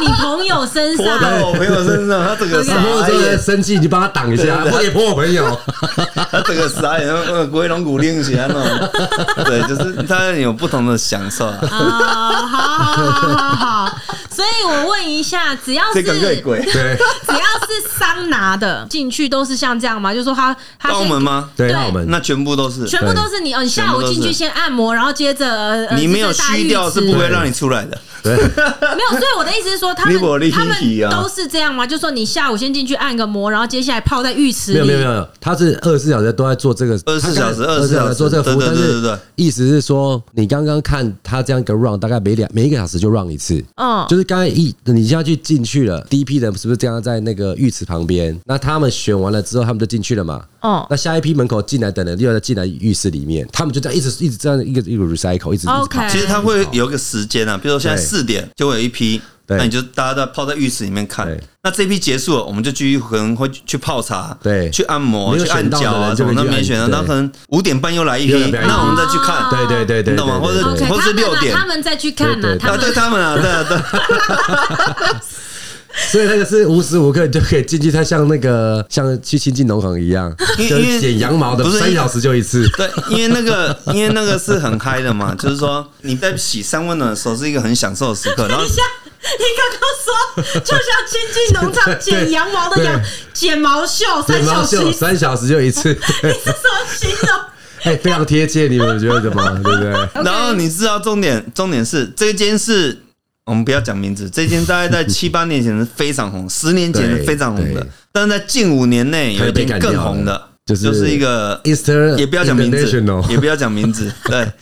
[SPEAKER 2] 你朋友身
[SPEAKER 1] 泼到
[SPEAKER 2] 上。
[SPEAKER 1] 我朋友身上，他整个
[SPEAKER 3] 然后
[SPEAKER 1] 傻
[SPEAKER 3] 这个
[SPEAKER 1] 眼，
[SPEAKER 3] 生气，你帮他挡一下，不可以泼我 朋友。
[SPEAKER 1] 他整个傻眼，呃，龟龙骨令起来那种，对，就是他有不同的享受啊。
[SPEAKER 2] 啊，好好好好好，所以我问一下，只要
[SPEAKER 1] 这
[SPEAKER 2] 是
[SPEAKER 1] 个更 贵，
[SPEAKER 3] 对
[SPEAKER 2] 只要是桑拿的进去都是像这样吗？就是说他他
[SPEAKER 1] 澳
[SPEAKER 2] 先
[SPEAKER 1] 门吗？
[SPEAKER 3] 对，
[SPEAKER 2] 对
[SPEAKER 3] 那我们
[SPEAKER 1] 那全部都是，
[SPEAKER 2] 全部都是你，哦，你下午进去先按摩，然后接着呃
[SPEAKER 1] 你没有
[SPEAKER 2] 就是大
[SPEAKER 1] 虚
[SPEAKER 2] 浴池
[SPEAKER 1] 掉是不会让你出来的。
[SPEAKER 3] 对
[SPEAKER 2] 没有。所以我的意思是说，他
[SPEAKER 1] 你没
[SPEAKER 2] 们
[SPEAKER 1] 力
[SPEAKER 2] 他
[SPEAKER 1] 气
[SPEAKER 2] 们
[SPEAKER 1] 啊
[SPEAKER 2] 都是这样吗？就说你下午先进去按个摩，然后接下来泡在浴池里，
[SPEAKER 3] 没有没有没有，他是二十四小时都在做这个，
[SPEAKER 1] 24小时
[SPEAKER 3] 二
[SPEAKER 1] 24小时
[SPEAKER 3] 做这个服务，
[SPEAKER 1] 对对
[SPEAKER 3] 但
[SPEAKER 1] 对对
[SPEAKER 3] 是
[SPEAKER 1] 对
[SPEAKER 3] 意思是说，你刚刚看他这样一个 run，大概每两每一个小时就 run 一次。
[SPEAKER 2] 嗯，
[SPEAKER 3] 就是刚才一，你现在去进去了，第一批人是不是这样在那个浴池旁边？那他们选完了之后，他们就进去了嘛？
[SPEAKER 2] 哦
[SPEAKER 3] 那下一批门口进来等人，又要进来浴室里面，他们就这样一直一直这样一个一个 recycle，一直一直跑
[SPEAKER 2] OK
[SPEAKER 1] 其实它会有一个时间啊，比如说现在
[SPEAKER 3] 对
[SPEAKER 1] 四点就会有一批，
[SPEAKER 3] 对
[SPEAKER 1] 那你就大家在泡在浴室里面看
[SPEAKER 3] 对。
[SPEAKER 1] 那这批结束了，我们就继续可能会去泡茶，
[SPEAKER 3] 对
[SPEAKER 1] 去按摩，
[SPEAKER 3] 没
[SPEAKER 1] 去
[SPEAKER 3] 有
[SPEAKER 1] 按
[SPEAKER 3] 选到的
[SPEAKER 1] 脚啊什
[SPEAKER 3] 人就
[SPEAKER 1] 么
[SPEAKER 3] 会
[SPEAKER 1] 那
[SPEAKER 3] 去
[SPEAKER 1] 没
[SPEAKER 3] 按
[SPEAKER 1] 选的，
[SPEAKER 3] 对
[SPEAKER 1] 那可能五点半又来一
[SPEAKER 3] 又
[SPEAKER 1] 批
[SPEAKER 3] 来，一批
[SPEAKER 1] 那我们再去
[SPEAKER 2] 哦
[SPEAKER 1] 看。
[SPEAKER 3] 对对对对，
[SPEAKER 1] 你懂吗
[SPEAKER 3] 对对
[SPEAKER 1] 或者
[SPEAKER 3] 对
[SPEAKER 2] OK，
[SPEAKER 1] 或是
[SPEAKER 2] 他们
[SPEAKER 1] 六
[SPEAKER 2] 啊
[SPEAKER 1] 点
[SPEAKER 2] 他们再去看呢，
[SPEAKER 3] 对对对
[SPEAKER 2] 他
[SPEAKER 1] 啊，
[SPEAKER 2] 们
[SPEAKER 1] 对他们啊，对啊对啊，
[SPEAKER 3] 所以那个是无时无刻你就可以进去，它像那个像去亲近农场一样，
[SPEAKER 1] 因为
[SPEAKER 3] 就
[SPEAKER 1] 因为
[SPEAKER 3] 剪羊毛的
[SPEAKER 1] 不，是
[SPEAKER 3] 三小时就一次。
[SPEAKER 1] 对，因为那个， 因为那个是很嗨的嘛，就是说你在洗三温暖的时候是一个很享受的时刻，然后
[SPEAKER 2] 等一下，你刚刚说就像亲近农场剪羊毛的羊
[SPEAKER 3] 对，
[SPEAKER 2] 剪毛秀三
[SPEAKER 3] 对
[SPEAKER 2] 小
[SPEAKER 3] 毛
[SPEAKER 2] 时，
[SPEAKER 3] 秀
[SPEAKER 2] 你是
[SPEAKER 3] 三小时就一次， 对，
[SPEAKER 2] 什么形容？
[SPEAKER 3] 哎，非常贴切，你们觉得吗？ 对不对？
[SPEAKER 1] 然后你知道重点，重点是这间是我们不要讲名字，这间大概在七八年前是非常红，十年前是非常红
[SPEAKER 3] 对
[SPEAKER 1] 的
[SPEAKER 3] 对，
[SPEAKER 1] 但是在近五年内有一间更红的，
[SPEAKER 3] 就
[SPEAKER 1] 就是是一个
[SPEAKER 3] Easter
[SPEAKER 1] 也不要讲名字
[SPEAKER 3] International，
[SPEAKER 1] 也不要讲名 字，对。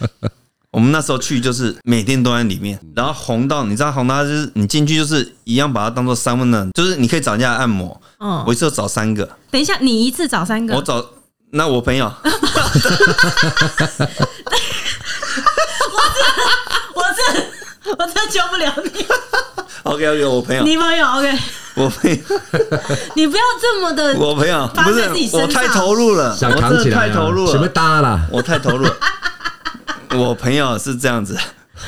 [SPEAKER 1] 我们那时候去就是每天都在里面，
[SPEAKER 3] 嗯
[SPEAKER 1] 然后红到你知道红到它就是你进去就是一样把它当做三温暖，就是你可以找人家来按摩，
[SPEAKER 2] 嗯
[SPEAKER 1] 我一次要找三个，
[SPEAKER 2] 等一下，你一次找三个，
[SPEAKER 1] 我找那我朋 友，
[SPEAKER 2] 我这我这救不了你，
[SPEAKER 1] OK OK，我朋友，
[SPEAKER 2] 你朋友 OK，
[SPEAKER 1] 我 朋友，
[SPEAKER 2] 你不要这么的，
[SPEAKER 1] 我朋友，
[SPEAKER 2] 发
[SPEAKER 1] 不
[SPEAKER 2] 在自己
[SPEAKER 1] 是
[SPEAKER 2] 身
[SPEAKER 1] 我
[SPEAKER 2] 上
[SPEAKER 1] 太投入了，
[SPEAKER 3] 想扛
[SPEAKER 1] 我
[SPEAKER 3] 起
[SPEAKER 1] 真的
[SPEAKER 3] 来啊，
[SPEAKER 1] 太投入
[SPEAKER 3] 什么
[SPEAKER 1] 了，
[SPEAKER 3] 搭啦？
[SPEAKER 1] 我太投入 了。我朋友是这样子，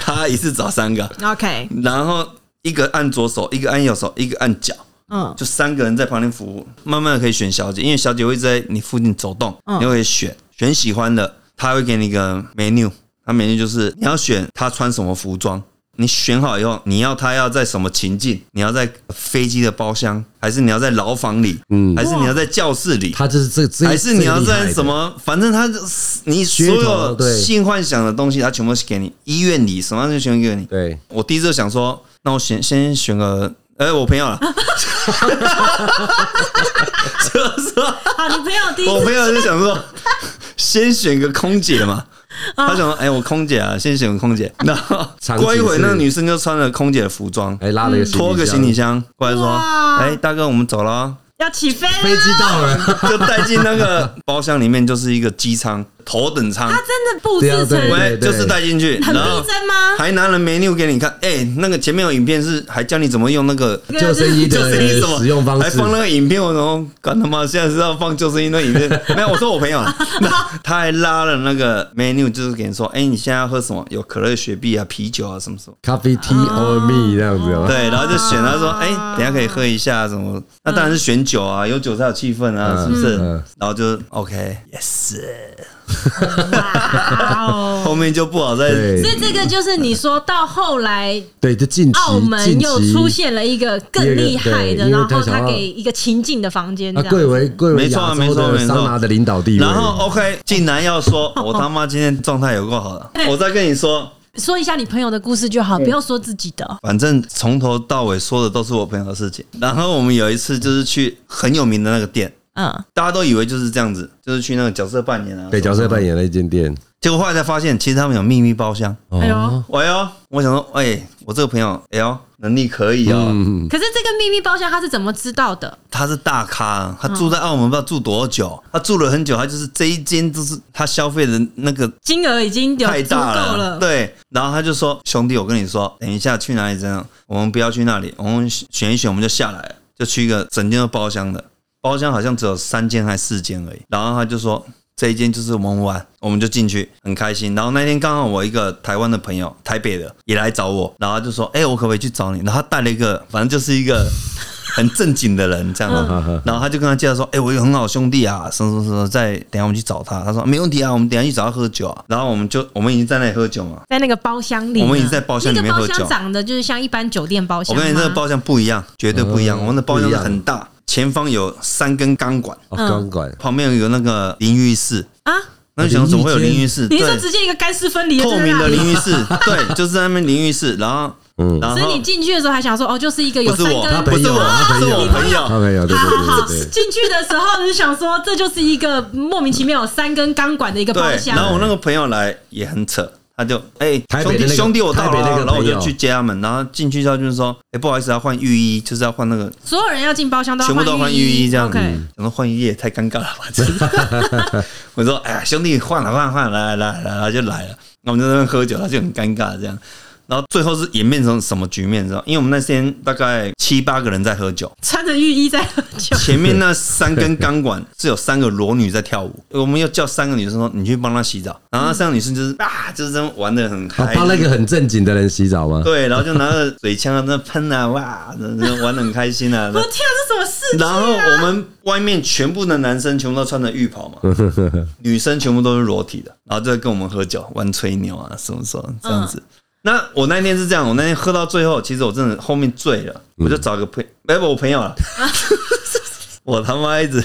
[SPEAKER 1] 他一次找三个，
[SPEAKER 2] OK，
[SPEAKER 1] 然后一个按左手，一个按右手，一个按脚，
[SPEAKER 2] 嗯，
[SPEAKER 1] 就三个人在旁边服务，慢慢的可以选小姐，因为小姐会在你附近走动，
[SPEAKER 2] 嗯
[SPEAKER 1] 你会选选喜欢的，她会给你一个 menu，她 menu 就是你要选她穿什么服装。你选好以后，你要她要在什么情境？你要在飞机的包厢，还是你要在牢房里？嗯，还是你要在教室里？
[SPEAKER 3] 他就是这这，
[SPEAKER 1] 还是你要
[SPEAKER 3] 这个厉害
[SPEAKER 1] 在
[SPEAKER 3] 的
[SPEAKER 1] 什？么？反正他你所
[SPEAKER 3] 噱头
[SPEAKER 1] 有
[SPEAKER 3] 对
[SPEAKER 1] 性幻想的东西，他全部给你。医院里什么就全部给你。
[SPEAKER 3] 对，
[SPEAKER 1] 我第一次就想说，那我选先选个，哎、我朋友 了，就是说
[SPEAKER 2] 好，你朋友第
[SPEAKER 1] 我朋
[SPEAKER 2] 一次
[SPEAKER 1] 友就想说，先选个空姐嘛。他想说，哎、我空姐啊，先选个空姐。然后
[SPEAKER 3] 场景
[SPEAKER 1] 过一会，那个
[SPEAKER 3] 是
[SPEAKER 1] 女生就穿了空姐的服装，
[SPEAKER 3] 哎，拉了一个
[SPEAKER 1] 拖个行李
[SPEAKER 3] 箱，
[SPEAKER 1] 箱过来说，
[SPEAKER 2] 哇
[SPEAKER 1] 哎、大哥，我们走了哦。
[SPEAKER 2] 要起飞
[SPEAKER 3] 飞
[SPEAKER 2] 了，
[SPEAKER 3] 机到了，
[SPEAKER 1] 就带进那个包厢里面，就是一个机舱头等舱，
[SPEAKER 2] 他真的布置
[SPEAKER 3] 对啊对
[SPEAKER 2] 成
[SPEAKER 1] 喂，就是带进去，
[SPEAKER 2] 很
[SPEAKER 1] 然后
[SPEAKER 2] 逼真吗？
[SPEAKER 1] 还拿了 menu 给你看，哎，那个前面有影片是还教你怎么用那个。
[SPEAKER 2] 对
[SPEAKER 3] 救生衣
[SPEAKER 1] 救
[SPEAKER 3] 的
[SPEAKER 1] 生 衣什么
[SPEAKER 3] 使用方
[SPEAKER 1] 还
[SPEAKER 3] 式，
[SPEAKER 1] 放那个影片，我然后干他妈现在是要放救生衣那影片？ 没有，我说我朋友啊， 那他还拉了那个 menu，就是给你说，哎、你现在要喝什么？有可乐、雪碧啊、啤酒啊，什么什么。
[SPEAKER 3] 咖啡 tea or me 这样子哦吗？
[SPEAKER 1] 哦对，然后就选他
[SPEAKER 3] 啊
[SPEAKER 1] 说，哎、等一下可以喝一下什么？那当然是选酒啊，有酒才有气氛啊，
[SPEAKER 3] 嗯
[SPEAKER 1] 是不是？
[SPEAKER 3] 嗯
[SPEAKER 1] 然后就 OK，yes，、
[SPEAKER 2] 哇哦！
[SPEAKER 1] 后面就不好再
[SPEAKER 2] 所
[SPEAKER 3] 对
[SPEAKER 2] 以这个就是你说到后来，
[SPEAKER 3] 对，就近期
[SPEAKER 2] 澳门
[SPEAKER 3] 近
[SPEAKER 2] 又
[SPEAKER 3] 期
[SPEAKER 2] 出现了一个更厉害
[SPEAKER 3] 第二个
[SPEAKER 2] 的，
[SPEAKER 3] 对
[SPEAKER 2] 然
[SPEAKER 3] 因
[SPEAKER 2] 后
[SPEAKER 3] 为他想
[SPEAKER 2] 他
[SPEAKER 3] 要
[SPEAKER 2] 给一个情境的房间，
[SPEAKER 3] 啊，
[SPEAKER 2] 这
[SPEAKER 3] 贵
[SPEAKER 2] 样
[SPEAKER 3] 为贵为
[SPEAKER 1] 没错
[SPEAKER 3] 亚
[SPEAKER 1] 没
[SPEAKER 3] 洲
[SPEAKER 1] 错
[SPEAKER 3] 的
[SPEAKER 1] 没错
[SPEAKER 3] 桑拿的领导地位，
[SPEAKER 1] 然后哦 OK，竟然要 说，我他妈今天状态有够好了。我再跟你说，
[SPEAKER 2] 说一下你朋友的故事就好，不要说自己的。
[SPEAKER 1] 反正从头到尾说的都是我朋友的事情。然后我们有一次就是去很有名的那个店，
[SPEAKER 2] 嗯，
[SPEAKER 1] 大家都以为就是这样子，就是去那个角色扮演啊。
[SPEAKER 3] 对角色扮演那间店，
[SPEAKER 1] 结果后来才发现，其实他们有秘密包厢。
[SPEAKER 2] 哎
[SPEAKER 3] 哦
[SPEAKER 2] 呦，
[SPEAKER 1] 哎呦，我想说，哎，我这个朋友，哎呦，能力可以哦。
[SPEAKER 3] 嗯，
[SPEAKER 2] 可是这个秘密包厢他是怎么知道的？
[SPEAKER 1] 他是大咖，他住在澳门不知道住多久，他住了很久，他就是这一间就是他消费的那个
[SPEAKER 2] 金额已经有
[SPEAKER 1] 太
[SPEAKER 2] 足够
[SPEAKER 1] 大
[SPEAKER 2] 了，
[SPEAKER 1] 对，然后他就说：“兄弟，我跟你说，等一下去哪里这样，我们不要去那里，我们选一选，我们就下来了，就去一个整间都包厢的，包厢好像只有三间还四间而已。”然后他就说。这一间就是我们玩，我们就进去，很开心。然后那天刚好我一个台湾的朋友，台北的也来找我，然后他就说：“哎、我可不可以去找你？”然后他带了一个，反正就是一个很正经的人这样子。然后他就跟他介绍说：“哎、我有个很好的兄弟啊，什么什么什么，在等一下我们去找他。”他说：“没问题啊，我们等一下去找他喝酒啊。”然后我们就我们已经在那里喝酒嘛，
[SPEAKER 2] 在那个包厢里呢，
[SPEAKER 1] 我们已经在包厢里面
[SPEAKER 2] 那个
[SPEAKER 1] 喝
[SPEAKER 2] 包
[SPEAKER 1] 酒
[SPEAKER 2] 厢长得就是像一般酒店包
[SPEAKER 1] 我
[SPEAKER 2] 厢啊吗，
[SPEAKER 1] 跟你那个包厢不一样，绝对不一样。
[SPEAKER 3] 嗯
[SPEAKER 1] 我们的包厢
[SPEAKER 3] 不一
[SPEAKER 1] 是
[SPEAKER 3] 样
[SPEAKER 1] 很大，前方有三根钢管，
[SPEAKER 3] 哦
[SPEAKER 2] 嗯
[SPEAKER 3] 钢管
[SPEAKER 1] 旁边有那个淋浴室。
[SPEAKER 2] 啊，
[SPEAKER 1] 那就想怎么会有淋浴室？
[SPEAKER 2] 你
[SPEAKER 1] 对
[SPEAKER 2] 是，说直接一个干湿分离
[SPEAKER 1] 透明的
[SPEAKER 2] 淋
[SPEAKER 1] 淋浴室，对，就是在那边淋浴室。然后，然后
[SPEAKER 2] 所以你进去的时候还想说，哦，就是一个有
[SPEAKER 1] 不是
[SPEAKER 2] 三
[SPEAKER 1] 我，
[SPEAKER 2] 根，
[SPEAKER 1] 不是我，
[SPEAKER 3] 啊
[SPEAKER 1] 是我
[SPEAKER 3] 你
[SPEAKER 1] 朋
[SPEAKER 3] 朋
[SPEAKER 1] 友。
[SPEAKER 3] 啊没有，对
[SPEAKER 2] 好好
[SPEAKER 3] 对
[SPEAKER 2] 好
[SPEAKER 3] 对对，对，
[SPEAKER 2] 进去的时候就想说，这就是一个莫名其妙有三根钢管的一个包
[SPEAKER 1] 对，
[SPEAKER 2] 厢
[SPEAKER 1] 然，后我那个朋友来也很扯，他就哎、
[SPEAKER 3] 台
[SPEAKER 1] 兄
[SPEAKER 3] 北的
[SPEAKER 1] 弟
[SPEAKER 3] 那个
[SPEAKER 1] 兄弟我到
[SPEAKER 3] 台北
[SPEAKER 1] 了
[SPEAKER 3] 那
[SPEAKER 1] 啊，
[SPEAKER 3] 个
[SPEAKER 1] 然后我
[SPEAKER 3] 朋友
[SPEAKER 1] 就去接他们，然后进去之后就是说，哎、不好意思，要换浴衣，就是要换那个，
[SPEAKER 2] 所有人要进包厢都
[SPEAKER 1] 全部都换浴衣这样嗯子
[SPEAKER 2] OK，。
[SPEAKER 1] 想说换浴衣也太尴尬了吧？真的我说哎呀，兄弟换了换了换了来来来，然后就来了，那我们就在那边喝酒，他就很尴尬这样。然后最后是演变成什么局面？你知道？因为我们那天大概七八个人在喝酒，
[SPEAKER 2] 穿着浴衣在喝 酒，
[SPEAKER 1] 前面那三根钢管是有三个裸女在跳舞，我们要叫三个女生说你去帮她洗澡，然后那三个女生就是啊，就是这样玩的很
[SPEAKER 3] 啊
[SPEAKER 1] 嗨，
[SPEAKER 3] 帮那个很正经的人洗澡吗？
[SPEAKER 1] 对，然后就拿着水枪在那喷啊，哇，那那玩的很开心啊。
[SPEAKER 2] 我 天、啊，这什么事 情
[SPEAKER 1] 然后
[SPEAKER 2] 啊？
[SPEAKER 1] 我们外面全部的男生全部都穿着浴袍 嘛，女生全部都是裸体的，然后就在跟我们喝酒、玩吹牛啊，什么什么这样子。那我那天是这样，我那天喝到最后，其实我真的后面醉了，我就找个朋，没、不我朋友了， 我他妈一直，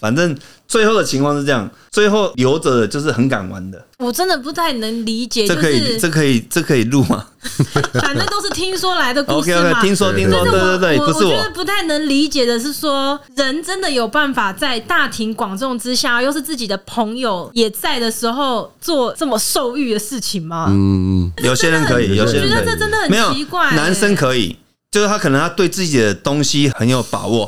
[SPEAKER 1] 反正最后的情况是这样，最后留着的就是很敢玩的，
[SPEAKER 2] 我真的不太能理解，
[SPEAKER 1] 这
[SPEAKER 2] 就
[SPEAKER 1] 可以，这
[SPEAKER 2] 是
[SPEAKER 1] 可以，这可以录吗
[SPEAKER 2] 反正都是听说来的故
[SPEAKER 1] ？OK
[SPEAKER 2] 事嘛。
[SPEAKER 1] OK，听说听说，
[SPEAKER 2] 但
[SPEAKER 1] 对
[SPEAKER 2] 是
[SPEAKER 1] 对对，
[SPEAKER 2] 我我
[SPEAKER 1] 不是
[SPEAKER 2] 我
[SPEAKER 1] 我
[SPEAKER 2] 觉得不太能理解的是说，人真的有办法在大庭广众之下，又是自己的朋友也在的时候，做这么受欲的事情吗？
[SPEAKER 3] 嗯，
[SPEAKER 1] 有些人可以，有
[SPEAKER 3] 我
[SPEAKER 1] 些
[SPEAKER 2] 我觉
[SPEAKER 1] 人
[SPEAKER 2] 得
[SPEAKER 1] 可以
[SPEAKER 2] 这。真的
[SPEAKER 1] 没有
[SPEAKER 2] 很奇怪、欸
[SPEAKER 1] 男生可以，就是他可能他对自己的东西很有把 握，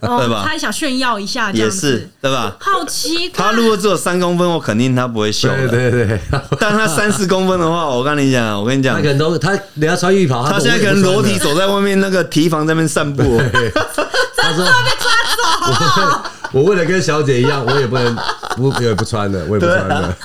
[SPEAKER 2] 哦
[SPEAKER 1] 对吧
[SPEAKER 2] 他也想炫耀一下，这
[SPEAKER 1] 也
[SPEAKER 2] 样子
[SPEAKER 1] 是对吧？
[SPEAKER 2] 好奇怪。哦
[SPEAKER 1] 他如果只有三公分，我肯定他不会秀
[SPEAKER 3] 对
[SPEAKER 1] 的。
[SPEAKER 3] 对对，
[SPEAKER 1] 但他三四公分的话，我跟你讲，我跟你
[SPEAKER 3] 他
[SPEAKER 1] 讲
[SPEAKER 3] 可，能都他人家穿浴袍，
[SPEAKER 1] 他
[SPEAKER 3] 都
[SPEAKER 1] 现在可能裸体走在外面那个提防在那边散步，哦
[SPEAKER 3] 他说我为我为了跟小姐一样，我也不 能不我也不穿了，我也不穿
[SPEAKER 1] 啊
[SPEAKER 3] 了。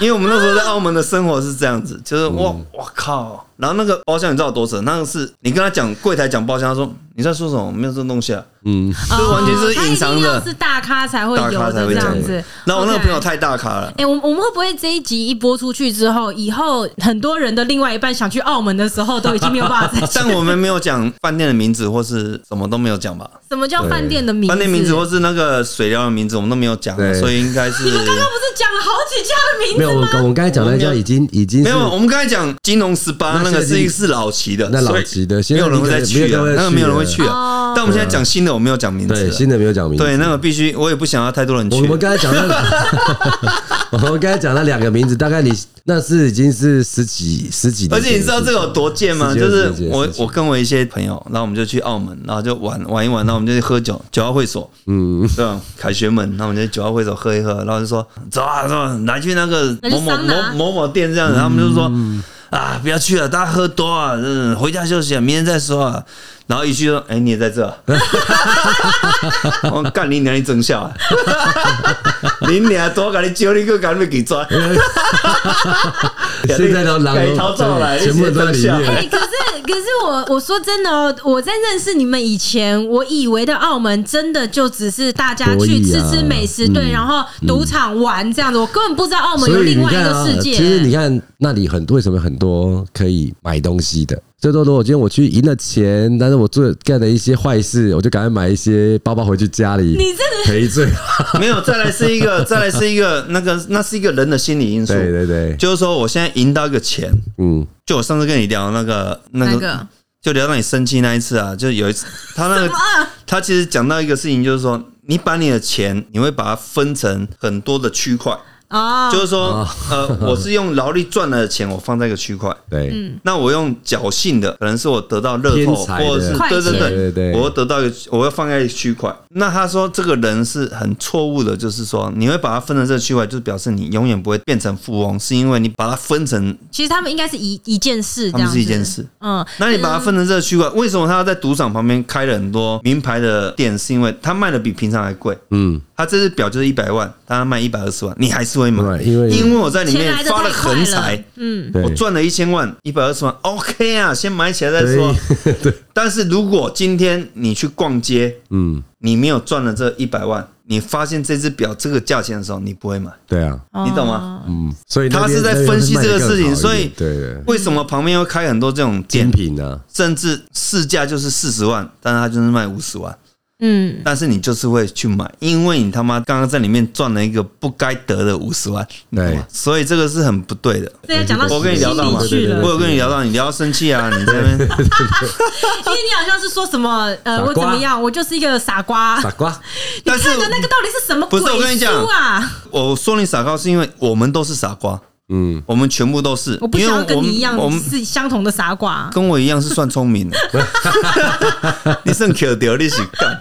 [SPEAKER 1] 因为我们那时候在澳门的生活是这样子，就是
[SPEAKER 3] 嗯
[SPEAKER 1] 我我靠，然后那个包厢你知道有多扯，那个是你跟他讲柜台讲包厢，他说你在说什么？没有这种东西啊，
[SPEAKER 3] 嗯，
[SPEAKER 2] 哦
[SPEAKER 1] 这完全是隐藏
[SPEAKER 2] 他一定要
[SPEAKER 1] 的，
[SPEAKER 2] 是大咖才会
[SPEAKER 1] 大
[SPEAKER 2] 有
[SPEAKER 1] 咖才
[SPEAKER 2] 的这
[SPEAKER 1] 会这
[SPEAKER 2] 样
[SPEAKER 1] 样
[SPEAKER 2] 子
[SPEAKER 1] 子。。然后我那个朋友
[SPEAKER 2] OK
[SPEAKER 1] 太大咖了。
[SPEAKER 2] 哎、我我们会不会这一集一播出去之后，以后很多人的另外一半想去澳门的时候，都已经没有办法 再
[SPEAKER 1] 但我们没有讲饭店的名字，或是什么都没有讲吧？
[SPEAKER 2] 什么叫饭店的名字？
[SPEAKER 1] 饭店名字或是那个水疗的名字，我们都没有讲
[SPEAKER 3] 对，
[SPEAKER 1] 所以应该 是
[SPEAKER 2] 你们刚刚不是讲了好几家的名
[SPEAKER 3] 没
[SPEAKER 2] 字
[SPEAKER 3] 有，我
[SPEAKER 2] 吗
[SPEAKER 3] 们？刚我们刚才讲那家已经已经
[SPEAKER 1] 没
[SPEAKER 3] 是
[SPEAKER 1] 有。我们刚才讲金融十八
[SPEAKER 3] 那
[SPEAKER 1] 那
[SPEAKER 3] 现在
[SPEAKER 1] 个
[SPEAKER 3] 已经
[SPEAKER 1] 是一个是老齐的，
[SPEAKER 3] 那老
[SPEAKER 1] 所以
[SPEAKER 3] 齐的现
[SPEAKER 1] 没
[SPEAKER 3] 在
[SPEAKER 1] 有人会再去
[SPEAKER 3] 应该没有
[SPEAKER 1] 了，那个没有
[SPEAKER 3] 人会去了啊
[SPEAKER 1] 人会去
[SPEAKER 2] 哦
[SPEAKER 1] 了。但我们现在讲新的，我没有讲名
[SPEAKER 3] 对
[SPEAKER 1] 字
[SPEAKER 3] 新
[SPEAKER 1] 了。
[SPEAKER 3] 的没有讲名字。
[SPEAKER 1] 对，那个必须，我也不想要太多人
[SPEAKER 3] 我
[SPEAKER 1] 去啊
[SPEAKER 3] 们。刚才讲 那，我们刚才讲那两个名字，大概你那是已经是十几十几年前
[SPEAKER 1] 而且
[SPEAKER 3] 的事情，
[SPEAKER 1] 你知道这个有多贱吗？
[SPEAKER 3] 十几
[SPEAKER 1] 就
[SPEAKER 3] 二十
[SPEAKER 1] 是
[SPEAKER 3] 年前的
[SPEAKER 1] 我
[SPEAKER 3] 事情
[SPEAKER 1] 我跟我一些朋友，然后我们就去澳门，然后就玩玩一玩，然后我们就去喝酒，酒吧会所，嗯，对吧？凯旋门，然后我们就去酒吧会所喝一喝，然后就说走啊走啊，来去那个
[SPEAKER 2] 那去
[SPEAKER 1] 某某
[SPEAKER 2] 桑拿
[SPEAKER 1] 某某某店这样子，然后他们就说。
[SPEAKER 3] 嗯
[SPEAKER 1] 啊，不要去了，大家喝多啊，嗯，回家休息啊，明天再说啊。然后一句说，哎、你也在这、啊， 我干你娘，你真笑啊！ 你娘多给你揪，你个敢被给抓。
[SPEAKER 3] 现在都狼
[SPEAKER 1] 改头照来，
[SPEAKER 3] 全部都里面
[SPEAKER 2] 哎、可是可是我我说真的哦，我在认识你们以前，我以为的澳门真的就只是大家
[SPEAKER 3] 博
[SPEAKER 2] 去
[SPEAKER 3] 弈
[SPEAKER 2] 吃
[SPEAKER 3] 啊
[SPEAKER 2] 吃美食，
[SPEAKER 1] 嗯
[SPEAKER 2] 对，然后赌场玩这样子，我根本不知道澳门有
[SPEAKER 3] 所以
[SPEAKER 2] 另
[SPEAKER 3] 你
[SPEAKER 2] 外一
[SPEAKER 3] 看
[SPEAKER 2] 个
[SPEAKER 3] 啊，
[SPEAKER 2] 世
[SPEAKER 3] 其
[SPEAKER 2] 界。
[SPEAKER 3] 实你看那里很多为什么很多可以买东西的，最多如果今天我去赢了钱，但是我做干了一些坏事，我就赶快买一些包包回去家里
[SPEAKER 2] 你这个
[SPEAKER 3] 赔罪。
[SPEAKER 1] 没有，再来是一 个，再来是一个，那个那是一个人的心理因素。
[SPEAKER 3] 对对对，
[SPEAKER 1] 就是说，我现在赢到一个钱，
[SPEAKER 3] 嗯，
[SPEAKER 1] 就我上次跟啊你聊那个那
[SPEAKER 2] 哪
[SPEAKER 1] 个，
[SPEAKER 2] 个？
[SPEAKER 1] 就聊到你生气那一次啊，就有一 次他那个他其实讲到一个事情，就是说。你把你的钱，你会把它分成很多的区块，
[SPEAKER 2] 哦，
[SPEAKER 1] 就是说，呃，我是用劳力赚来的钱，我放在一个区块，
[SPEAKER 3] 对，
[SPEAKER 2] 嗯
[SPEAKER 1] 那我用侥幸的，可能是我得到乐透，
[SPEAKER 3] 天才的
[SPEAKER 1] 或者是
[SPEAKER 2] 快
[SPEAKER 1] 对
[SPEAKER 2] 钱
[SPEAKER 1] 对
[SPEAKER 3] 对对对
[SPEAKER 1] 我要得到一个，我要放在一个区块。那他说这个人是很错误的，就是说你会把它分成这个区块，就是表示你永远不会变成富翁，是因为你把它分成，
[SPEAKER 2] 其实他们应该是一一件事，这
[SPEAKER 1] 他
[SPEAKER 2] 样
[SPEAKER 1] 们
[SPEAKER 2] 子
[SPEAKER 1] 是一件事。
[SPEAKER 2] 嗯，
[SPEAKER 1] 那你把它分成这个区块，
[SPEAKER 3] 嗯
[SPEAKER 1] 为什么他要在赌场旁边开了很多名牌的店？是因为他卖的比平常还贵。
[SPEAKER 3] 嗯，
[SPEAKER 1] 他这只表就是一百万，但他卖一百二十万，你还是会买，
[SPEAKER 3] 嗯对因为
[SPEAKER 1] 因为我在里
[SPEAKER 2] 钱
[SPEAKER 1] 面
[SPEAKER 2] 来的
[SPEAKER 1] 发
[SPEAKER 2] 太
[SPEAKER 1] 了
[SPEAKER 2] 快
[SPEAKER 1] 横
[SPEAKER 2] 了
[SPEAKER 1] 财，，
[SPEAKER 2] 嗯，
[SPEAKER 3] 对
[SPEAKER 1] 我赚了一千万，一百二十万，OK 啊，先买起来再说。
[SPEAKER 3] 对，
[SPEAKER 1] 但是如果今天你去逛街，
[SPEAKER 3] 嗯，
[SPEAKER 1] 你没有赚了这一百万，你发现这只表这个价钱的时候，你不会买。
[SPEAKER 3] 对啊，
[SPEAKER 1] 你懂吗
[SPEAKER 2] 哦？
[SPEAKER 3] 嗯，所以那
[SPEAKER 1] 他
[SPEAKER 3] 边
[SPEAKER 1] 是在
[SPEAKER 3] 那边
[SPEAKER 1] 分析
[SPEAKER 3] 卖得
[SPEAKER 1] 这个
[SPEAKER 3] 更
[SPEAKER 1] 事情
[SPEAKER 3] 好一
[SPEAKER 1] 所以
[SPEAKER 3] 点对对，
[SPEAKER 1] 为什么旁边会开很多这种店，
[SPEAKER 3] 精 品啊呢，
[SPEAKER 1] 甚至市价就是四十万，但是他就是卖五十万，
[SPEAKER 2] 嗯，
[SPEAKER 1] 但是你就是会去买，因为你他妈刚刚在里面赚了一个不该得的五十万，你懂吗？所以这个是很不对的。
[SPEAKER 2] 这要讲到
[SPEAKER 1] 我跟你聊到嘛
[SPEAKER 2] 心里去
[SPEAKER 3] 对
[SPEAKER 2] 了，
[SPEAKER 1] 我有跟你聊到，你聊到生气啊，你这 边
[SPEAKER 2] 因为你好像是说什么呃，
[SPEAKER 3] 傻瓜
[SPEAKER 2] 我怎么样，我就是一个傻瓜。
[SPEAKER 3] 傻 瓜，
[SPEAKER 2] 你
[SPEAKER 1] 但是
[SPEAKER 2] 看的那个到底是什么鬼
[SPEAKER 1] 不是我跟你讲
[SPEAKER 2] 书啊？
[SPEAKER 1] 我说你傻瓜是因为我们都是傻瓜，
[SPEAKER 3] 嗯，
[SPEAKER 1] 我们全部都是，
[SPEAKER 2] 我不
[SPEAKER 1] 因
[SPEAKER 2] 想
[SPEAKER 1] 为
[SPEAKER 2] 要跟你一样
[SPEAKER 1] 我们我们
[SPEAKER 2] 是相同的傻瓜。
[SPEAKER 1] 跟我一样是算聪明 的，你算可屌，你是干，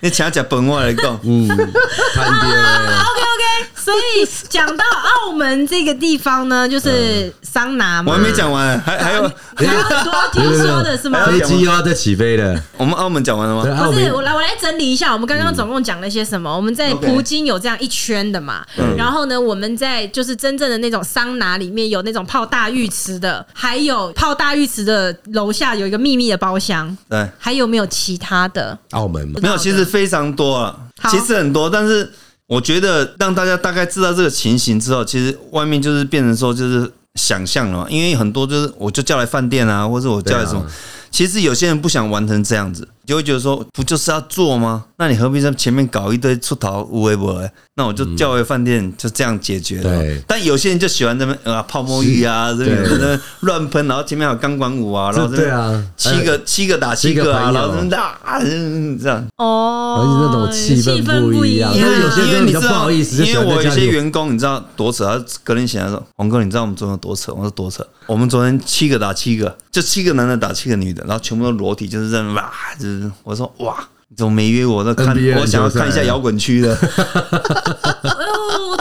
[SPEAKER 1] 你请假本我来讲，
[SPEAKER 3] 嗯，看爹，
[SPEAKER 2] OK OK，所以讲到澳门这个地方呢，
[SPEAKER 3] 嗯
[SPEAKER 2] 就是桑拿
[SPEAKER 1] 我
[SPEAKER 2] 嘛，
[SPEAKER 1] 还没讲完，还还有
[SPEAKER 2] 还
[SPEAKER 3] 哎
[SPEAKER 2] 有很多听说的是吗？
[SPEAKER 3] 飞机又要再起飞了，
[SPEAKER 1] 我们澳门讲完了
[SPEAKER 3] 对
[SPEAKER 1] 吗？
[SPEAKER 3] 澳
[SPEAKER 2] 不
[SPEAKER 3] 门嗯
[SPEAKER 2] 是，我来我来整理一下，我们刚刚总共讲了些什么？我们在
[SPEAKER 1] OK
[SPEAKER 2] 葡京有这样一圈的嘛，然后呢，我们在就是真正的那种桑拿里面有那种泡大浴池的，还有泡大浴池的楼下有一个秘密的包厢，
[SPEAKER 1] 对，
[SPEAKER 2] 还有没有其他的？
[SPEAKER 3] 澳门嘛，
[SPEAKER 1] 没有，其实非常多啊，
[SPEAKER 2] 好
[SPEAKER 1] 其实很多，但是我觉得让大家大概知道这个情形之后，其实外面就是变成说就是想象了嘛，因为很多就是我就叫来饭店啊，或者我叫来什么，
[SPEAKER 3] 对啊
[SPEAKER 1] 其实有些人不想玩成这样子，就会觉得说不就是要做吗？那你何必在前面搞一堆出逃无为不为？那我就叫回饭店就这样解决了嘛。
[SPEAKER 3] 对
[SPEAKER 1] 但有些人就喜欢这边啊泡沫浴啊，这边这
[SPEAKER 3] 对
[SPEAKER 1] 边乱喷，然后前面还有钢管舞啊，然后这
[SPEAKER 3] 这对
[SPEAKER 1] 边
[SPEAKER 3] 啊，
[SPEAKER 1] 七个七个打七
[SPEAKER 3] 七个
[SPEAKER 1] 个啊，
[SPEAKER 3] 朋友
[SPEAKER 1] 然后这边啊嗯这样。
[SPEAKER 2] 哦，
[SPEAKER 3] 而且那种气氛不一样
[SPEAKER 2] 氛不
[SPEAKER 3] 啊但是有些
[SPEAKER 1] 因
[SPEAKER 3] 真
[SPEAKER 1] 为
[SPEAKER 3] 的
[SPEAKER 1] 你
[SPEAKER 3] 比
[SPEAKER 1] 知
[SPEAKER 3] 较
[SPEAKER 1] 道，
[SPEAKER 3] 不好意思就
[SPEAKER 1] 因
[SPEAKER 3] 喜
[SPEAKER 1] 为我
[SPEAKER 3] 欢在
[SPEAKER 1] 有
[SPEAKER 3] 家
[SPEAKER 1] 些
[SPEAKER 3] 里
[SPEAKER 1] 员工，你知道多扯，他隔天醒来说：“黄哥，你知道我们昨天有多扯？”我说：“多扯。”我们昨天七个打七个，就七个男的打七个女的，然后全部都裸体，就是这样哇，就是我说哇。你怎么没约我？那看
[SPEAKER 3] NBA
[SPEAKER 1] 我想要看一下摇滚区的，
[SPEAKER 2] 哦，